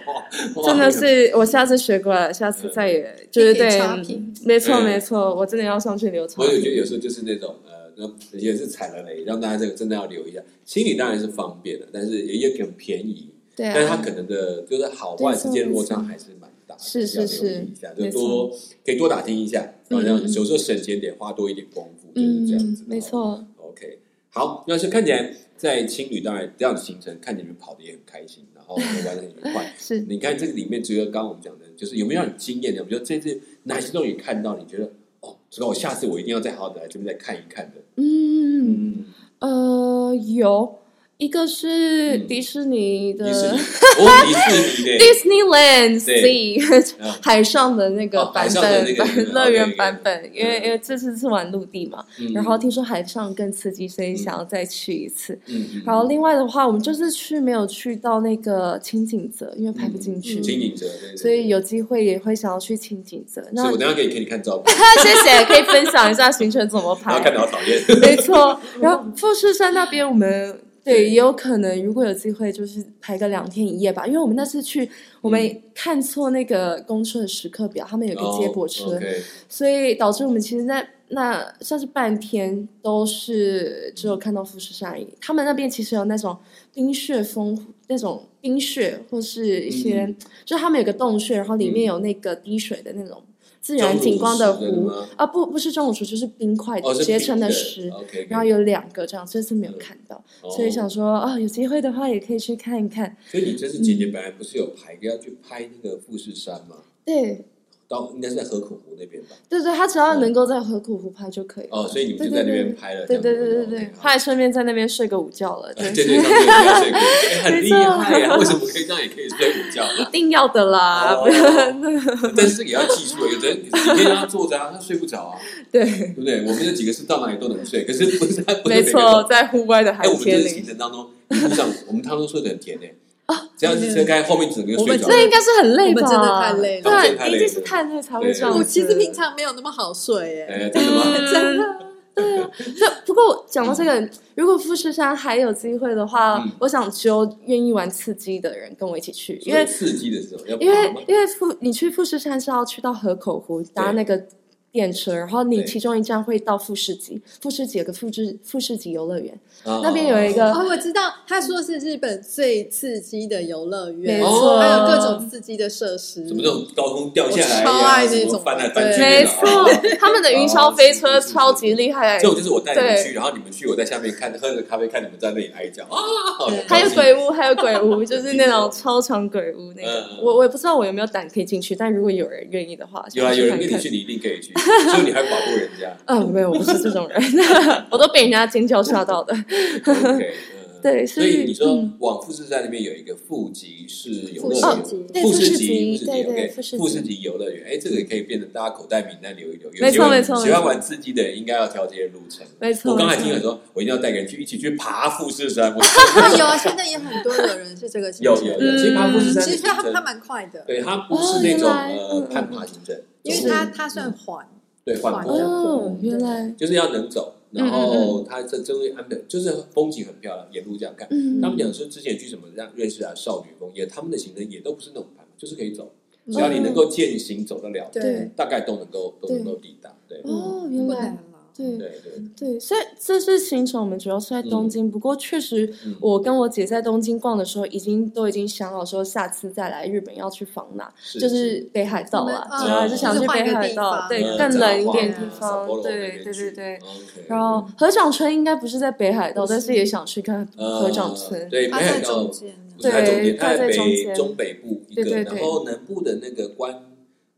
S1: 哇
S3: 真的是，我下次学过了，下次再也就是
S2: 一点
S3: 对
S2: 差评，
S3: 没错
S1: 嗯
S3: 没错，我真的要上去留长
S1: 我。也觉得有时候就是那种呃，那也是踩了雷，让大家这个真的要留意一下。心理当然是方便的，但是也也很便宜，
S3: 对
S1: 但是它
S3: 啊，
S1: 可能的就是好坏之间落差还是蛮大的，
S3: 是是
S1: 要留意一下，就
S3: 没错
S1: 多可以多打听一下，然后这样
S3: 嗯
S1: 有时候省钱点，花多一点功夫，就是这样
S3: 嗯
S1: 子，，哦
S3: 没。错，
S1: OK，好，那是看起来在青旅当然这样的行程，看你们跑的也很开心，然后玩的很愉快。
S3: 是
S1: 你看这个里面，除了刚刚我们讲的，就是有没有让你惊艳的？比如说这次哪些东西看到，你觉得哦，这个我下次我一定要再好好的来这边再看一看的。
S3: 嗯
S1: 嗯，
S3: 呃有一个是
S1: 嗯
S3: 迪士尼的
S1: 迪士尼，哦，迪士尼的，
S3: Disneyland
S1: 对
S3: Sea
S1: 嗯
S3: 海上的那个
S1: 哦海
S3: 版
S1: 上的
S3: 本
S1: 那个
S3: 版
S1: OK，
S3: 乐园
S1: OK
S3: 版本，因为
S1: 嗯
S3: 因为这次是玩陆地嘛，
S1: 嗯
S3: 然后听说海上更刺激，所以
S1: 嗯
S3: 想要再去一次。
S1: 嗯，嗯
S3: 然后另外的话，我们就是去没有去到那个清景泽，因为排不进
S1: 嗯，
S3: 去
S1: 经营者，对对对
S3: 所以有机会也会想要去清景泽。那
S1: 所以我等一下可以给你看照片，
S3: 那谢谢，可以分享一下行程怎么
S1: 然后
S3: 排
S1: 看。得好讨厌。
S3: 没错，然后富士山那边我们对也有可能，如果有机会就是排个两天一夜吧，因为我们那次去我们看错那个公车的时刻表，他们有一个接驳车，
S1: 嗯哦，OK，
S3: 所以导致我们其实那那算是半天都是只有看到富士山而已。他们那边其实有那种冰雪风，那种冰雪或是一些，
S1: 嗯
S3: 就是他们有个洞穴，然后里面
S1: 嗯
S3: 有那个滴水的那种自然景观的
S1: 中午
S3: 湖
S1: 是吗
S3: 啊，不不是钟乳石，就是冰块
S1: 哦，是
S3: 结成
S1: 的
S3: 石。
S1: ，OK，嗯哦
S3: 然后有两个这样，这次没有看到，所以想
S1: 说，
S3: 说啊、有机会的话也可以去看一看。
S1: 所以你这次姐姐本来不是有排个要去拍那个富士山吗？
S3: 对，
S1: 到应该是在河口湖那边吧？
S3: 对对，他
S1: 嗯
S3: 只要能够在河谷湖拍就可以了。
S1: 哦，所以你们
S3: 对
S1: 就在那
S3: 对
S1: 边
S3: 对
S1: 拍了，
S3: 对
S1: 这
S3: 对
S1: 样子
S3: 对对对，
S1: OK，好
S3: 后来顺便在那边睡个午觉了，对，
S1: 啊对对，他们有睡过，哎很厉
S3: 没错
S1: 害呀！为什么可以这样也可以睡午觉
S3: 一定要的啦，啊不要
S1: 哦 但是这个也要技术，有的人你可以让他坐着啊，他睡不着啊，
S3: 对，
S1: 对不对？我们这几个是到哪里都能睡，可是不是不是
S3: 没
S1: 每个人
S3: 错，在户外的海
S1: 哎，我们这
S3: 天
S1: 个行
S3: 里，哦
S1: 程当中，一路上我们他都睡得很甜诶，只要是车开，后面整个就睡着
S2: 我
S3: 那
S1: 了
S2: 们。
S3: 应该是很累吧？
S2: 我们真的太累了
S1: 我们真的太
S3: 对，
S1: 累了
S3: 一定是太累才会这样子。
S2: 我其实平常没有那么好睡哎、
S1: 哎，真的吗？
S3: 嗯真的。对啊，这不过讲到这个，如果富士山还有机会的话，
S1: 嗯
S3: 我想揪愿意玩刺激的人跟我一起去，因为
S1: 刺激的是什么？要
S3: 因为
S1: 爬吗
S3: 因为富你去富士山是要去到河口湖搭那个电车，然后你
S1: 对
S3: 其中一站会到富士急，富士急有个富士富士急游乐园，
S1: 啊
S3: 那边有一个
S2: 哦，我知道，他说是日本最刺激的游乐园，哦
S3: 没
S1: 错
S2: 还有各种刺激的设施，
S1: 什么那种高空掉下来呀，
S2: 我超爱
S1: 什么
S2: 那种
S1: 翻来翻去啊
S2: 对
S1: 那
S3: 没
S1: 种
S3: 错，他们的云霄飞车超级厉害
S1: 这，种哦就是我带你们去，
S3: 对
S1: 然后你们去，我在下面看，喝着咖啡看你们在那里哀叫啊，好
S2: 对
S3: 还有
S1: 高兴
S3: 鬼屋，还有鬼屋，就是那种超长鬼屋那个
S1: 嗯，
S3: 我我也不知道我有没有胆可以进去，但如果有人愿意的话，
S1: 有啊，有人
S3: 想
S1: 跟你
S3: 看
S1: 去，
S3: 看。
S1: 你一定可以去，所以你还保护人 家。
S3: 啊，没有，我不是这种人， 我都被人家尖叫吓到的。
S1: OK，嗯
S3: 对
S1: 所
S3: 所以
S1: 以你说
S3: 嗯
S1: 往富士山那边有一个富集市游
S2: 富士
S1: 乐
S2: 急
S1: 园，
S3: 对
S1: 富
S3: 富士
S1: 急，富
S3: 急
S1: 士
S3: 对对
S1: OK，
S3: 富士急
S1: 富士急游乐园，哎，这个也可以变成大家口袋名单留一留。有
S3: 没错
S1: 喜欢
S3: 没错
S1: 喜欢
S3: 没错
S1: 玩刺激的人应该要调节路程。
S3: 没错，
S1: 我刚才
S3: 没
S1: 听
S3: 错
S1: 了说，我一定要带个人去一起去爬富士山。我
S2: 啊有啊，现在也很多有人是这个行
S1: 有
S2: 程
S1: 有有，
S3: 嗯
S1: 其实爬富士山的
S2: 其实
S1: 行
S2: 它
S1: 程
S2: 它蛮快的，
S1: 对，它不是
S3: 哦
S1: 那
S3: 原
S1: 种
S3: 来
S1: 呃
S3: 嗯嗯
S1: 攀爬行程，
S2: 因
S1: 就
S2: 为
S1: 是
S2: 它它算缓，
S1: 对缓
S2: 缓
S1: 坡，
S3: 哦，嗯原来
S1: 就是要能走，然后它这真的安排就是风景很漂亮，沿路这样看。
S3: 嗯
S1: 他们讲说之前去什么像瑞士啊少女峰，也他们的行程也都不是那种盘，就是可以走，
S3: 哦
S1: 只要你能够践行走得了，
S2: 对，
S1: 大概都能够都能够抵达。对
S3: 哦，原
S2: 不
S3: 来
S2: 难了。
S3: 对
S1: 对对，
S3: 对，所以这次行程我们主要是在东京，不过确实
S1: 嗯
S3: 我跟我姐在东京逛的时候，已经都已经想好说下次再来日本要去访哪，
S1: 是
S3: 就是北海道啊啦，
S2: 我们呃
S3: 主要是想去北海
S2: 嗯
S3: 道，对
S1: 嗯，
S3: 更冷一点
S2: 札
S3: 的
S2: 幌
S3: 地方，对对对对。。然
S1: 然后
S3: 后河长村应该不是在北海道，
S2: 不是
S3: 但是也想去看河长村。
S1: 呃对北
S2: 它
S1: 海
S2: 在
S1: 道
S2: 中间呢
S1: 不是在中间，
S3: 对
S1: 它在
S3: 它在中
S1: 北
S3: 间
S1: 中北部一个，
S3: 对对对
S1: 然后南部的那个关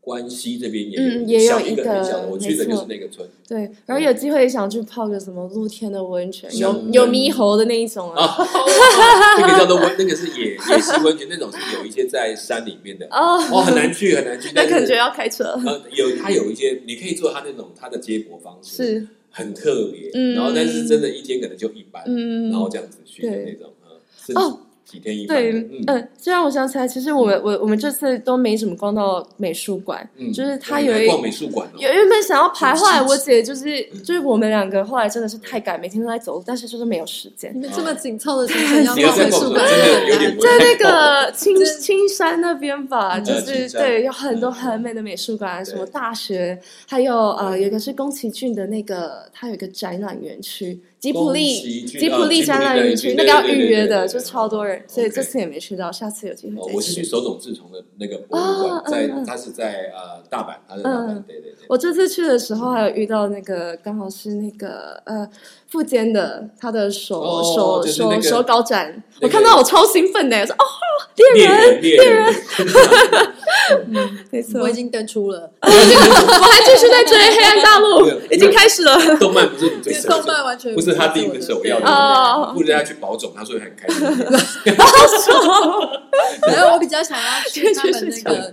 S1: 关西这边也
S3: 嗯
S1: 也
S3: 也有
S1: 一
S3: 一
S1: 个
S3: 个
S1: 很小的，我去的
S3: 没
S1: 就
S3: 错
S1: 是那个村，
S3: 对，然后有机会想去泡个什么露天的温泉，有
S1: 像
S3: 有猕猴的那一种啊，
S1: 那个叫做温，那个是野野溪温泉，那种是有一些在山里面的，
S3: 哦，
S1: 哦，很难去，很难去，
S3: 那
S1: 但
S3: 感觉
S1: 是
S3: 要开车，
S1: 呃有它有一些，你可以做它那种它的接驳方式，
S3: 是，
S1: 很特别，
S3: 嗯
S1: 然后但是真的一天可能就一班，
S3: 嗯，
S1: 然后这样子去的
S3: 对
S1: 那种，嗯，是
S3: 哦
S1: 几天一班
S3: 对
S1: 的，，嗯
S3: 嗯，这让我想起来，其实我们我我们这次都没怎么逛到美术馆，
S1: 嗯，
S3: 就是它
S1: 我
S3: 有
S1: 们来
S3: 一
S1: 逛美术馆哦，
S3: 有原本想要排，
S1: 有
S3: 后来
S1: 气质
S3: 我姐就是
S1: 嗯
S3: 就是我们两个后来真的是太赶，每天都在走路，但是就是没有时间
S1: 嗯
S2: 你。们这么紧凑的行 程要
S1: 你要
S2: 逛
S1: 再
S2: 美
S1: 跟我
S2: 术
S1: 们
S2: 馆，
S1: 真的有
S2: 啊
S1: 点不
S3: 在
S1: 太
S3: 那
S1: 够
S3: 个青
S2: 这
S3: 青山那边吧，
S2: 嗯
S3: 就
S1: 呃青
S3: 是
S1: 山
S3: 对，有很多很美的美术馆，啊什么
S1: 对
S3: 大学，还有呃，有一个是宫崎骏的那个，它有一个展览园区，吉普
S1: 宫崎
S3: 力
S1: 骏
S3: 吉普
S1: 哦吉普
S3: 力
S1: 力
S3: 展览园区，
S1: 展览园区
S3: 那个要
S1: 对对对
S3: 预约的，
S1: 对对
S3: 就
S1: 对
S3: 超多人，所以
S1: OK
S3: 这次也没去到，下次有机
S1: 哦
S3: 会
S1: 我
S3: 再
S1: 是去
S3: 去。
S1: 手冢治虫的那个博物
S3: 哦
S1: 馆，
S3: 嗯
S1: 在
S3: 嗯
S1: 它是在呃大阪，它是大阪，
S3: 嗯
S1: 对对对，
S3: 我这次去的时候，还有遇到那个刚好是那个呃富坚的他的手、
S1: 哦
S3: 手、
S1: 就是
S3: 手
S1: 那个
S3: 手稿展，
S1: 那个
S3: 我看到我超兴奋的，我说哦猎
S1: 猎
S3: 人，
S1: 人猎人，
S3: 没错，
S2: 我已经登出了。
S3: 我还继续在追《黑暗大陆
S1: 对》，
S3: 已经开始了。
S1: 动漫不是你最
S2: 对
S1: 熟
S2: 动
S1: 的，
S2: 漫完全
S1: 不是他自己的首要的
S3: 哦
S1: 不如他去保种，他说很开 心，
S2: 然后我比较想要 去他们那
S3: 这
S2: 个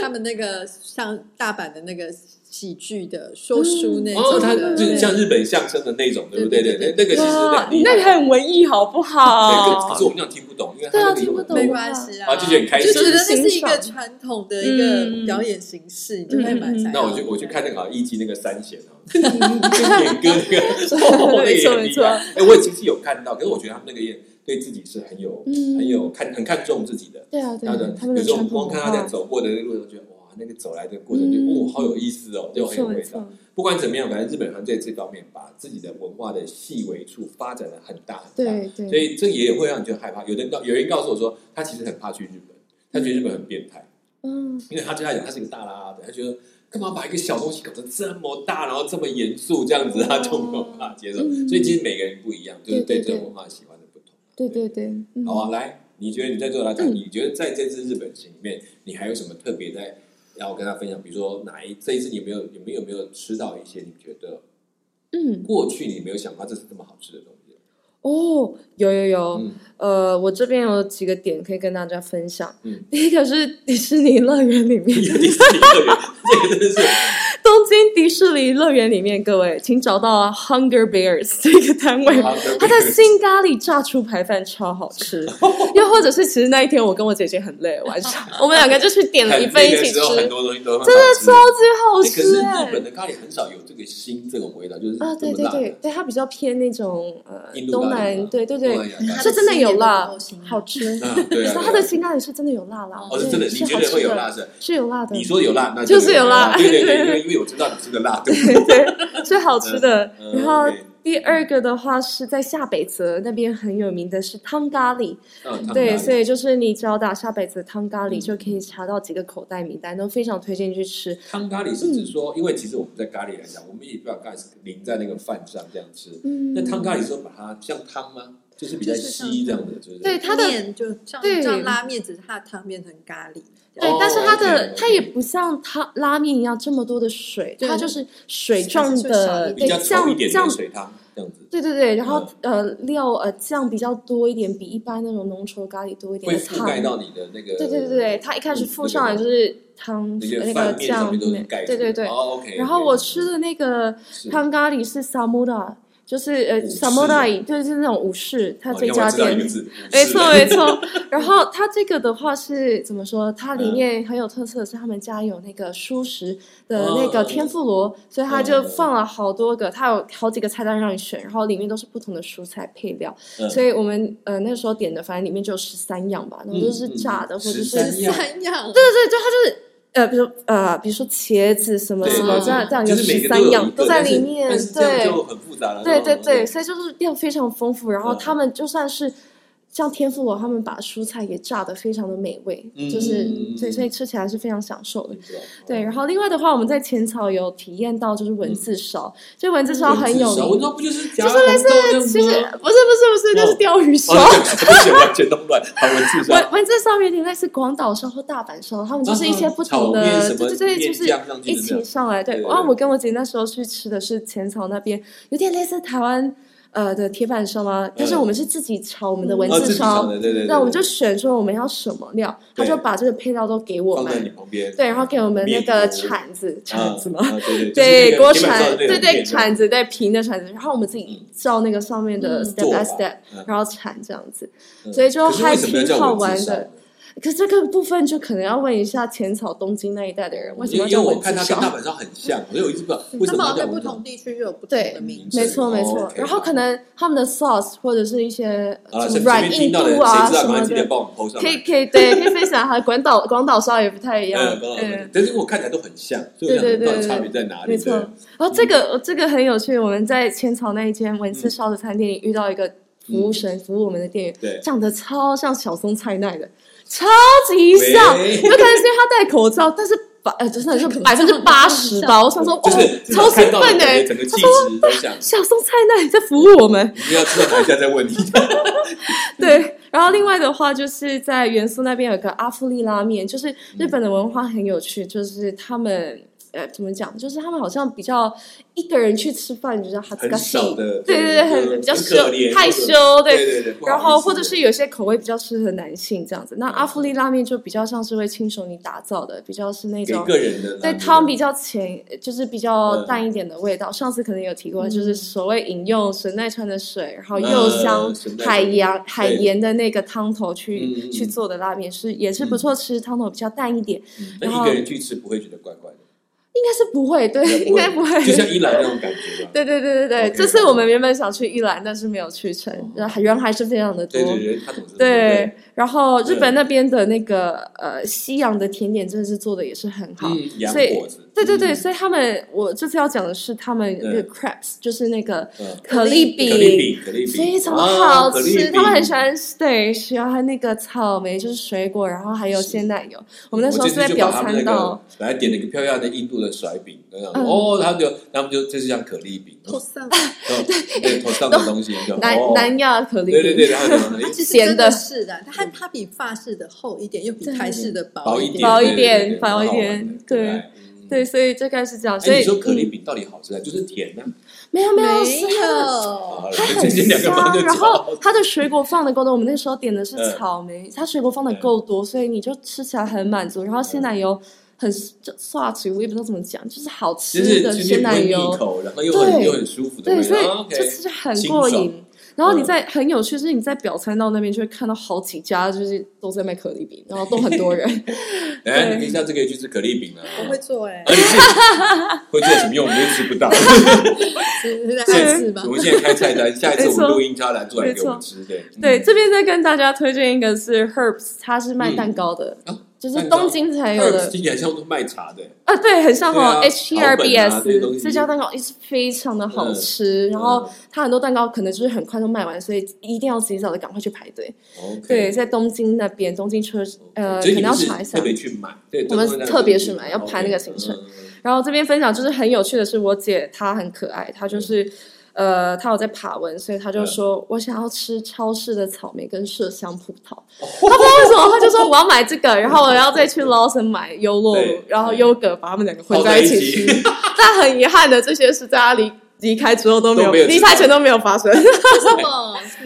S2: 他们那个像大阪的那个喜剧的说书那
S1: 哦，
S2: 种
S1: 他
S2: 的，
S1: 就是像日本相声的那种，对不对？
S2: 对
S1: 对
S2: 对
S1: 对，
S2: 对
S1: 那个 其实
S3: 哇
S1: 很，
S3: 你
S1: 厉害
S3: 啊那个很文艺好
S1: 对，
S3: 不
S1: 可
S3: 好
S1: 是？我们这样听不懂，因为他
S3: 对啊
S1: 那个
S3: 听不
S1: 有
S3: 懂
S2: 没关系
S1: 啊，就觉得很开
S2: 就
S1: 心
S2: 觉。得那是一嗯个传统的一个表演形式，你就会啊蛮想要。
S1: 那我去我去看那个好像易经那个三弦哦，跟演歌 那个，哦那个
S3: 没
S1: 也
S3: 错
S1: 很
S3: 没
S1: 厉
S3: 错
S1: 害。哎，我其实有看到，可是我觉得他们那个也对自己是很有
S3: 嗯
S1: 很有看很看重自己的。
S3: 对啊，对
S1: 然
S3: 啊
S1: 后呢，，
S3: 他们
S1: 有
S3: 的
S1: 时候我
S3: 传
S1: 们
S3: 统
S1: 光
S3: 文
S1: 看他在
S3: 化，
S1: 走过的那个路上，觉得哇，那个走来的过程，
S3: 嗯
S1: 就哦，好有意思哦，就
S3: 没
S1: 很有
S3: 错
S1: 味
S3: 没
S1: 道
S3: 错。，
S1: 不管怎么样，反正日本人在这方面把自己的文化的细微处发展的很大很大。
S3: 对
S1: 所
S3: 对，
S1: 以这也会让你觉得害怕。有的人告有人告诉我说，他其实很怕去日本，他觉得日本很变态，
S3: 嗯，
S1: 因为他对他讲他是一个大拉拉的，他觉得干嘛把一个小东西搞得这么大，然后这么严肃这样子，
S3: 哦
S1: 他就没有办法接受。
S3: 嗯
S1: 所以其实每个人不一样，就是
S3: 对
S1: 对
S3: 对
S1: 这
S3: 对
S1: 种文化喜欢的不同。啊
S3: 对对对，嗯
S1: 好啊，来，你觉得你在做来讲，
S3: 嗯
S1: 你觉得在这次日本行里面，你还有什么特别在要跟他分享？比如说哪一这一次你有没有有没有有没有吃到一些你觉得
S3: 嗯，
S1: 过去你没有想到这是这么好吃的东西？
S3: 哦，有有有，
S1: 嗯
S3: 呃，我这边有几个点可以跟大家分享。
S1: 嗯
S3: 第一个是迪士尼乐园里面
S1: 迪，士尼乐园，这个真的是
S3: 东京迪士尼乐园里面，各位请找到、啊、Hunger Bears 这个单位。它的新咖喱炸猪排饭超好吃， 又或者是其实那一天我跟我姐姐很累，晚上我们两个就去点了一份一起吃，
S1: 很那个时候很
S3: 超
S1: 多东西都真的超
S3: 级好
S1: 可
S3: 吃
S1: 是
S3: 哎、
S1: 哎日本的咖喱很少有这个腥这种味道，就是
S3: 啊，对
S1: 这么
S3: 对
S1: 辣的
S3: 对，对，它比较偏那种呃
S1: 印度
S3: 东
S1: 咖喱
S3: 南
S1: 嘛，
S3: 对对对，
S1: 东南 亚咖
S3: 是真的有辣
S2: 东南亚咖喱不够，腥
S3: 好吃。
S1: 喱啊，对啊，
S3: 可
S1: 对
S3: 是
S1: 啊
S3: 它的新咖喱是真的有辣辣，
S1: 哦，是
S3: 对
S1: 真的，
S3: 是
S1: 你
S3: 好
S1: 觉得
S3: 吃
S1: 会有
S3: 的
S1: 辣是？
S3: 是有辣的，
S1: 你说有辣，那
S3: 嗯就是有辣
S1: 对对对，
S3: 对
S1: 因为因为我知道你是个 辣度，
S3: 对，是好吃的
S1: 嗯。嗯
S3: 然后
S1: OK
S3: 第二个的话是在下北泽那边很有名的是汤咖喱，
S1: 嗯
S3: 对，所
S1: 以
S3: 以就是你只要打下北泽汤咖
S1: 嗯
S3: 喱就可以查到几个口袋名单，都非常推荐去吃。
S1: 汤咖喱是指说，因为其实我们在咖喱来讲，我们也不把咖喱淋在那个饭上这样吃。
S3: 嗯
S1: 那汤咖喱是说把它像汤吗？就是比较稀这样的，就是
S3: 对它的
S2: 面就像
S3: 对
S2: 像拉面，只是它的汤变成咖喱。
S3: 对
S1: 哦，嗯
S3: 但是它的
S1: OK，OK
S3: 它也不像汤拉面一样这么多的水，
S2: 对
S3: 它就是水
S2: 是
S3: 状
S2: 是少
S3: 的
S2: 一
S1: 比
S3: 对
S1: 较稠一
S3: 酱
S1: 点
S3: 酱
S1: 的水嗯汤这样子，
S3: 对对对，然后、呃料呃酱比较多一点，比一般那种浓稠咖喱多一点
S1: 会
S3: 的
S1: 覆
S3: 汤。
S1: 盖到你的那个嗯
S3: 对对对对，它一开始附上来就是汤
S1: 那些
S3: 那个
S1: 饭面上
S3: 酱
S1: 面都是
S3: 面
S1: 盖住
S3: 对
S1: 的
S3: 对对。
S1: 哦，OK，OK。
S3: 然后我吃的那个
S1: 是
S3: 汤咖喱是 samurai，就是呃
S1: 武士啊
S3: samurai，对，就是那种武士，它
S1: 哦
S3: 最
S1: 你看
S3: 佳
S1: 我知道一个
S3: 店。
S1: 字，
S3: 没错 没错。然后它这个的话是怎么说？它里面很有特色，是他们家有那个熟食的那个
S1: 嗯
S3: 天妇罗，所以它就
S1: 嗯
S3: 放了好多个，它有好几个菜单让你选，然后里面都是不同的蔬菜配料。
S1: 嗯
S3: 所以我们呃那时候点的，反正里面就有十三样吧，然后都是炸
S1: 嗯
S3: 的、
S1: 嗯
S3: 或者是
S1: 13
S3: 对
S1: 一
S2: 十
S1: 样
S2: 三样，
S3: 对对，就它就是呃，比如呃，比如说茄子什么
S1: 对
S3: 什么
S1: 对
S3: 这样这样
S1: 就
S3: 有
S1: 是每
S3: 十
S1: 个都有
S3: 三
S1: 一
S3: 样
S1: 个
S3: 都在
S1: 但是
S3: 里面
S1: 但是，这样
S3: 对
S1: 就很复杂了。
S3: 对对
S1: 嗯
S3: 对，所以就是量非常丰富，然后
S1: 嗯
S3: 他们就算是。像天妇罗他们把蔬菜也炸得非常的美味，
S1: 嗯
S3: 就是
S1: 嗯
S3: 所以所以吃起来是非常享受的。
S1: 是吧
S3: 对，然后另外的话，我们在浅草有体验到就是文字烧，就文字烧
S1: 文
S3: 很
S1: 字
S3: 有
S1: 嗯烧
S3: 名
S1: 文，章不就是夹
S3: 就是类似
S1: 其
S3: 其实不是不是不是，
S1: 哦
S3: 就是鲷鱼烧。
S1: 完全完全弄乱，好文字上
S3: 文文字上面有点类似广岛烧或大阪烧，他们就是一些不同的，
S1: 啊啊炒面什么
S3: 对对对，
S1: 面
S3: 就是
S1: 酱上去
S3: 一
S1: 的那
S3: 起
S1: 样
S3: 上来。对，
S1: 对对
S3: 然后
S1: 对
S3: 我跟我姐那时候去吃的是浅草那边，有点类似台湾呃的铁板烧啦，但是我们是自己炒我们的文
S1: 嗯哦，自
S3: 字
S1: 己烧
S3: 烧，
S1: 的，对对对，
S3: 那我们就选说我们要什么料，他
S1: 对
S3: 就把这个配料都给我
S1: 放在你
S3: 们，
S1: 旁边，
S3: 对，然后给我们那
S1: 面
S3: 个
S1: 油
S3: 铲子，
S1: 啊
S3: 铲子吗？
S1: 啊对对
S3: 对，锅
S1: 铲
S3: 铲，，对对，
S1: 铲
S3: 铲子，对平的铲子，然后我们自己照那个上面的
S2: 嗯
S3: step
S1: 嗯
S3: by
S1: 做法
S3: step，
S1: 嗯
S3: 然后铲这样子。所以就还挺好玩的。可是这个部分就可能要问一下浅草、东京那一带的人，为什
S1: 因
S3: 么
S1: 为
S3: 要
S1: 因为
S3: 叫
S1: 我
S3: 文
S1: 看它
S3: 字
S1: 跟
S3: 烧
S1: 大？阪烧很像，所以我一直不知道为
S2: 他
S1: 什
S2: 们
S1: 么
S2: 好
S1: 要叫
S2: 像在
S1: 文
S2: 不
S1: 章
S2: 同地区有不同的名字，
S3: 没错没错
S1: 哦。，OK
S3: 然后可能他们的 sauce 或者是一些
S1: 啊，
S3: 什
S1: 随便
S3: 么软
S1: 听
S3: 硬
S1: 到的人
S3: 度
S1: 谁
S3: 啊
S1: 知道？
S3: 什
S1: 赶快
S3: 么
S1: 记得
S3: 的，
S1: 帮我们 PO 上
S3: 可
S1: 来
S3: 以可以对，可以分享哈。广岛广岛烧也不太一样，
S1: 嗯，帮我
S3: 嗯
S1: 们，。但是我看起来都很像，所以我
S3: 对
S1: 想
S3: 对
S1: 到底
S3: 对
S1: 差别在哪里？
S3: 没错
S1: 啊对
S3: 然后这个哦这个很有趣，我们在浅草那一间文
S1: 嗯
S3: 字烧的餐厅里遇到一个服务生，服务我们的店员，
S1: 对
S3: 长得超像小松菜奈的，超级像，
S1: 喂
S3: 有可能是因为他戴口罩，但是百呃真的是百分之八十吧，我想说
S1: 就
S3: 哦
S1: 是，至
S3: 超
S1: 少
S3: 兴
S1: 看到
S3: 奋
S1: 你
S3: 的
S1: 的
S3: 欸，
S1: 整个气质都 像。
S3: 小松菜奈在服务我们，
S1: 你要知道等一下再问你。
S3: 对，然后另外的话就是在元素那边有个阿芙利拉面，就是日本的文化很有趣，就是他们呃怎么讲，就是他们好像比较一个人去吃饭，就是哈斯
S1: 很
S3: 卡西
S1: 少，的，
S3: 对对对，很
S1: 就
S3: 比较
S1: 很
S3: 羞
S1: 可怜
S3: 害
S1: 或者
S3: 羞，
S1: 对对对，不好
S3: 然
S1: 意
S3: 后
S1: 思
S3: 或者是有些口味比较适合男性这样子，那阿芙利拉面就比较像是会亲手你打造的，比较是那
S1: 给
S3: 种
S1: 个人的，
S3: 对
S1: 那
S3: 汤
S1: 种
S3: 比较浅，呃就是比较淡一点的味道。上次可能有提过，就是所谓饮用神奈川的水，然后柚香
S1: 嗯神、奈川
S3: 海洋、海
S1: 对
S3: 盐的那个汤头
S1: 嗯嗯
S3: 去
S1: 嗯
S3: 去做的拉面是也是不错吃，汤头比较淡一点，
S1: 嗯
S3: 然
S1: 那
S3: 后
S1: 一个人去吃不会觉得怪怪的，
S3: 应该是不会，对，应该不会。
S1: 就像伊朗那种感觉吧。
S3: 对对对对对，
S1: OK，哦
S3: 这次我们原本想去一兰，但是没有去成，然后人还是非常的多。
S1: 对对对，他总是
S3: 对，然后日本那边的那个呃西洋的甜点真的是做的也是很好，
S1: 嗯，洋
S3: 所以
S1: 果子，
S3: 对对对，
S1: 嗯
S3: 所以他们我这次要讲的是他们那个 crepes，就是那个
S1: 嗯
S3: 可丽
S1: 可丽饼，可丽饼
S3: 非常
S1: 啊
S3: 好
S1: 可丽
S3: 吃，
S1: 饼
S3: 他们很喜欢对，喜欢那个草莓，就是水果，然后还有鲜奶油。我们那时候
S1: 我
S3: 是在
S1: 这次就把
S3: 表
S1: 他们那
S3: 参
S1: 个
S3: 道，
S1: 本来点了一个漂亮的印度的甩饼，然后
S3: 嗯
S1: 哦，他们就他们就这是像可丽饼，
S2: 托萨，
S1: 然后对头上的东西，就
S3: 南
S1: 哦
S3: 南亚可丽
S1: 对对对，
S3: 饼，
S1: 然后哎呢
S2: 它其实
S3: 咸
S2: 真
S3: 的
S2: 是的，它它比法式的厚一点，又比
S3: 对
S2: 泰式的薄
S1: 薄
S2: 一
S1: 一
S2: 点。
S1: 点，
S3: 薄一
S1: 对对对对
S3: 点薄一
S1: 蛮好玩
S3: 点
S1: 的
S3: 对。
S1: 可爱嗯
S3: 对，所以大概是这样。所
S1: 哎，
S3: 以
S1: 你说可丽
S3: 嗯
S1: 饼到底好吃啊？就是甜呢，啊
S3: 没有没有
S2: 没
S3: 是啊
S2: 有，
S3: 它的嗯它
S1: 这
S3: 很
S1: 这两个方就
S3: 香，然
S1: 知道
S3: 后它的水果放的够多。我们那时候点的是
S1: 嗯
S3: 草莓，它水果放的够多，所以你就吃起来很满足。然后
S1: 嗯
S3: 鲜奶油很就刷嘴，我也不知道怎么讲，就是好
S1: 就
S3: 吃
S1: 是
S3: 的
S1: 就是
S3: 鲜
S1: 你不
S3: 奶
S1: 会腻
S3: 油，
S1: 口，然后又很
S3: 对
S1: 又很舒服的
S3: 对，
S1: 味
S3: 所以
S1: 道。OK 啊嗯
S3: 就吃着很过
S1: 清
S3: 瘾。然后你在很有趣，就是你在表参道那边就会看到好几家，就是都在卖可丽饼，然后都很 多人。
S1: 哎，
S3: 对
S1: 你可以下次可以去吃可丽饼了。
S2: 我会做哎
S1: 而，且会做什么用？我们又吃不 到。
S2: 是是在试吗
S1: 我？们现在开菜单，下一次我们录音他来做来给我们
S3: 没
S1: 吃。对嗯
S3: 对，，这边再跟大家推荐一个是 Herbs，它是卖蛋糕的，
S1: 嗯啊
S3: 就是
S1: 蛋糕
S3: 东京才
S1: 嗯
S3: 有的
S1: ，Herbs。听起来像是卖茶的。
S3: 啊，对，很像哦
S1: 对啊
S3: ，H E R B
S1: 草本啊这些东
S3: S
S1: 西嗯
S3: 这家蛋糕也是非常的好吃，然后它很多蛋糕可能就是很快就卖完，所以一定要及早的赶快去排队。
S1: 嗯 OK，
S3: 对，在东京那边，东京车呃，
S1: 所
S3: 可
S1: 以
S3: 能
S1: 你
S3: 要
S1: 们是
S3: 查一下
S1: 特。别去买，对，
S3: 我们
S1: 都会让
S3: 特别
S1: 你
S3: 去买要排
S1: OK，
S3: 那个行程
S1: 嗯。嗯嗯
S3: 然后这边分享就是很有趣的是，我姐她很可爱，她就是。
S1: 嗯
S3: 呃，她有在爬文，所以她就说：“我想要吃超市的草莓跟麝香葡萄。 她不知道为什么，她就说我要买这个，然后我要再去 Lawson 买优酪乳
S1: 对，
S3: 然后优格把它们两个混
S1: 泡在
S3: 一
S1: 一
S3: 起吃。但很遗憾的，这些是在她离离开之后都没有
S1: 都没有吃
S3: 离开前都没有发生。
S2: 为什么没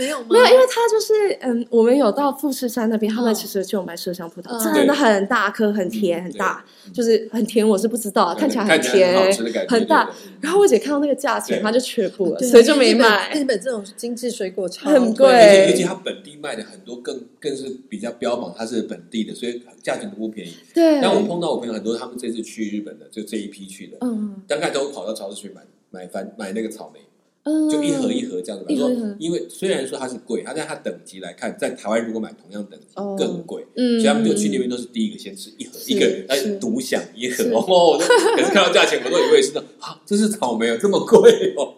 S2: 有吗？
S3: 没有，因为他就是嗯，我们有到富士山那边，他们
S2: 嗯
S3: 其实就有卖麝香葡萄，
S2: 嗯
S3: 真的很大颗，很甜，
S1: 嗯
S3: 很大，就是很甜，我是不知道，啊看起来很
S1: 呃看起来很好
S3: 甜
S1: 吃的感，觉
S3: 很大
S1: 对对对。
S3: 然后我姐看到那个价钱，
S1: 对
S3: 她就却步了，
S2: 对
S3: 所以就没
S2: 日本
S3: 买。
S2: 日本这种经济水果超
S3: 很
S1: 而
S3: 贵
S1: 且
S3: 对
S1: 而且它本地卖的很多更更是比较标榜它是本地的，所以价钱都不便宜。
S3: 对，
S1: 但我碰到我朋友很多，他们这次去日本的，就这一批去的，
S3: 嗯
S1: 大概都跑到超市去买买番买那个草莓，
S3: 嗯，
S1: 就一盒一盒这样子买。
S3: 一盒
S1: 说
S3: 一盒
S1: 因为虽然说它是贵，它在它等级来看，在台湾如果买同样等级
S2: 哦
S1: 更贵，
S3: 嗯，
S1: 所以他们就去那边都是第一个先吃一盒，
S3: 是
S1: 一个人
S3: 是
S1: 哎独享一盒
S3: 是
S1: 哦。我就可是看到价钱，我都以为是那啊，这是草莓哦，这么贵哦。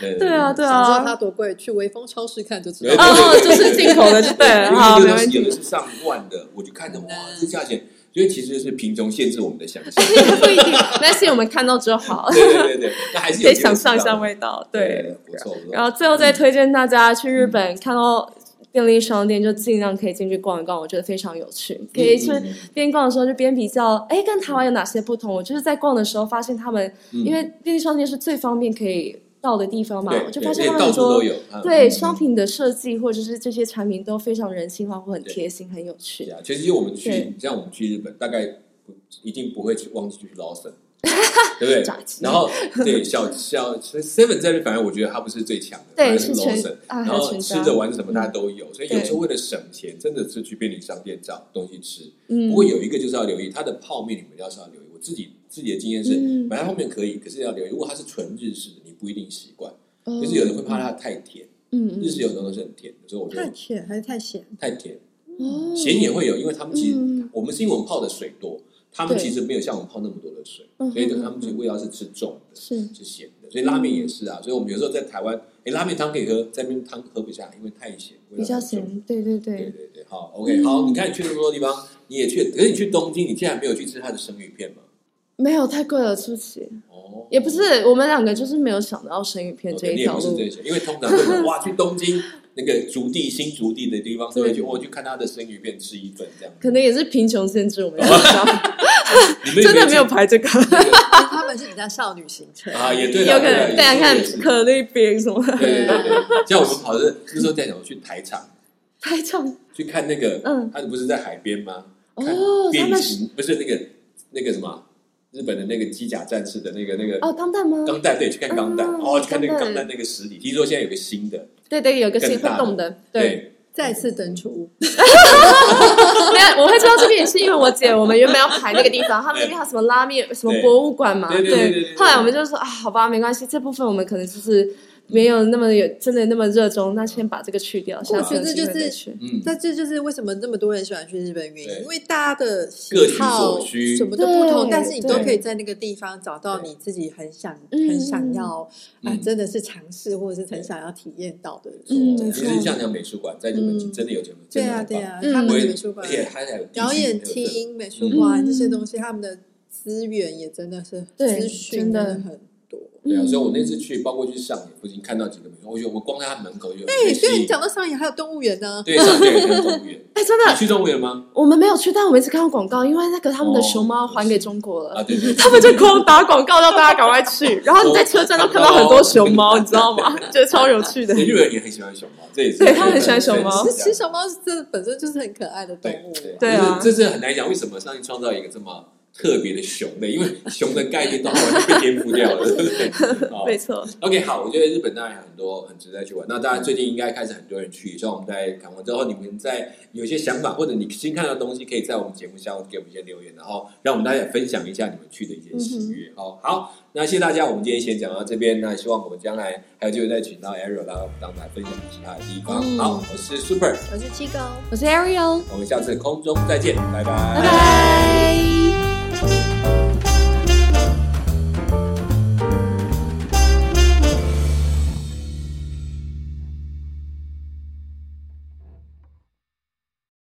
S1: 对
S3: 对啊，，对
S2: 想知道它
S3: 啊，
S2: 多贵，去微风超市看就知
S1: 对
S2: 道。
S3: 哦，就是进口的就对了，好，
S1: 因为 有
S3: 没
S1: 的
S3: 问
S1: 是有
S3: 题
S1: 的。是上万的，我就看着哇
S2: 嗯，
S1: 这价钱，所以其实是贫穷限制我们的想象。
S3: 不一定，但是我们看到就好，
S1: 对对对对，那还是有
S3: 可以
S1: 机会
S3: 想
S1: 吃到
S3: 象一下
S1: 的
S3: 味道。
S1: 对，
S3: 对，
S1: 不错不
S3: 然
S1: 错。
S3: 后最后再推荐大家去日
S1: 嗯
S3: 本，看到便利商店就尽量可以进去逛一逛，我觉得非常有趣，可以去
S1: 嗯嗯
S3: 边逛的时候就边比较，哎，跟台湾有哪些不同？我就是在逛的时候发现他们，
S1: 嗯
S3: 因为便利商店是最方便可以到的地方嘛，
S1: 对，
S3: 我就
S1: 对
S3: 发现
S1: 对
S3: 他们
S1: 到
S3: 很
S1: 处都
S3: 多
S1: 有，嗯
S3: 对
S1: 嗯
S3: 商品的设计或者是这些产品都非常人性化或很贴心，很有
S1: 对
S3: 趣。
S1: 啊，其实我们
S3: 对
S1: 去，像我们去日本，大概不一定不会去忘记去 Lawson，对不对
S3: 炸鸡？
S1: 然后对小小 Seven 这边，反正我觉得它不是最强的，
S3: 对
S1: 反而
S3: 是
S1: 是
S3: 全
S1: Lawson。
S3: 啊，
S1: 然
S3: 还有
S1: 后
S3: 全
S1: 吃
S3: 家，
S1: 的玩什么大家都有，所以有
S3: 嗯对
S1: 时候为了省钱，真的是去便利商店找东西吃。
S3: 嗯
S1: 不过有一个就是要留意，它的泡面你们要是要留意。我自己自己的经验是
S3: 嗯，
S1: 买它泡面可以，可是要留意，如果它是纯日式的，你不一定习惯，
S3: 就
S1: 就是有人会怕它太甜。
S3: 哦嗯
S1: 日式有很多东西很甜，所以我觉
S2: 太
S1: 得
S2: 甜还是太咸？
S1: 太甜，
S3: 嗯，
S1: 咸也会有，因为他们其实
S3: 嗯
S1: 我们是因为我们泡的水多，他们
S3: 对
S1: 其实没有像我们泡那么多的水
S3: 嗯，
S1: 所以他们其实味道是吃重的，
S3: 是
S1: 是咸的。所以拉面也是啊，所以我们有时候在台湾，哎，拉面汤可以喝，在那边汤喝不下，因为太咸，味道
S3: 比较
S1: 很重
S3: 咸，对对嗯
S1: 对
S3: 对，
S1: 对对，好，OK，好，你看你去那么多地方，你也去，可是你去东京，你竟然没有去吃他的生鱼片吗？
S3: 没有太贵了，吃不起。
S1: 哦，
S3: 也不是，我们两个就是没有想到生鱼片
S1: 哦
S3: 这一
S1: 你也
S3: 条
S1: 不是
S3: 路
S1: 这。些，因为通常会说哇，去东京那个竹地新竹地的地方，都会去
S3: 对
S1: 我去看他的生鱼片吃一份这样。
S3: 可能也是贫穷限制我们想 象，
S1: 你们
S3: 真的没有
S1: 去
S3: 排这个，
S2: 他们是比较少女行程
S1: 啊，也对啦，
S3: 有可
S1: 对啦
S3: 能大家看
S1: 也是
S3: 可丽饼什么的，
S1: 对对对对，像我们跑的那时候在讲去台场
S3: 太唱
S1: 去看那个，
S3: 嗯
S1: 他不是在海边吗？看
S3: 哦，他
S1: 变
S3: 们是
S1: 形不是那个那个什么啊日本的那个机甲战士的那个那个
S3: 哦钢蛋吗？
S1: 钢弹，对，去看钢弹，
S3: 嗯
S1: 哦，去看那个
S3: 钢
S1: 钢
S3: 弹
S1: 弹那个实体，听说现在有个新的，
S3: 对对，有个
S1: 更
S3: 心会
S1: 大的
S3: 动的，对。
S2: 再次登出，
S3: 没有，我会知道这边也是因为我姐，我们原本要排那个地方，他们那边还有什么拉面、什么
S1: 对
S3: 博物馆嘛，
S1: 对对对对对对
S3: 后来我们就说啊，好吧，没关系，这部分我们可能就是没有那么有真的那么热衷，那先把这个去掉，下次有机会再去。
S1: 嗯，
S2: 但这就是为什么这么多人喜欢去日本的原因，
S1: 对
S2: 因为大家的喜
S1: 各取
S2: 好
S1: 所需
S2: 什么都不同，
S3: 对
S2: 但是你都
S1: 对
S2: 可以在那个地方找到
S1: 对
S2: 你自己很想、
S3: 嗯
S2: 很想要啊，
S1: 嗯
S2: 真的是尝试或者是很想要体验到的。
S3: 嗯
S2: 对
S1: 其实像那美术馆在日本真的有这么，
S2: 对
S1: 真的
S2: 啊，
S1: 很
S2: 对
S1: 棒，
S2: 啊，
S3: 嗯
S2: 他们的
S1: 对
S2: 美术馆
S1: 而、且还有
S2: 表演
S1: 地区特色，
S2: 厅、美术馆
S3: 嗯
S2: 这些东西，他们的资源也真的是
S3: 对
S2: 资讯
S3: 真的
S2: 很多。
S1: 对啊，
S3: 嗯
S1: 所以我那次去，包括去上野附近看到几个美术，我觉得我光在他门口就
S2: 哎，
S1: 被吸
S2: 虽然
S1: 引
S2: 你，讲到上野，还有动物园呢，
S1: 对，上野跟动物园，
S3: 哎，真
S1: 你
S3: 的，
S1: 去动物园吗？
S3: 我们没有去，但我们一直看到广告，因为那个他们的熊猫
S1: 哦
S3: 还给中国了
S1: 啊，。对 对，对
S3: 他们就狂打广告，让大家赶快去。然后你在车站都看到很多熊猫，你知道吗？觉得超有趣 的
S1: 所。以日本人也很喜欢熊猫，这也是
S3: 对他们很喜欢熊猫
S2: 其实其实小猫这本身就是很可爱的动
S1: 对
S2: 物。
S1: 对
S3: 对啊
S1: 就是这是很难讲为什么上帝创造一个这么特别的熊的，因为熊的概念到后来就被颠覆掉了，对不 对？哦好
S3: 没错，
S1: OK，好，我觉得日本当然有很多很值得去玩。那当然最近应该开始很多人去，像我们在谈完之后，你们在有一些想法或者你新看到的东西，可以在我们节目下方给我们一些留言，然后让我们大家也分享一下你们去的一些喜悦。哦，好，那谢谢大家，我们今天先讲到这边。那希望我们将来还有机会再请到 Ariel 来我们当来分享其他的地方。
S3: 嗯
S1: 好，我是 Super，
S2: 我是七狗。
S3: 我是 Ariel，
S1: 我们下次空中再见，拜拜
S3: 拜拜。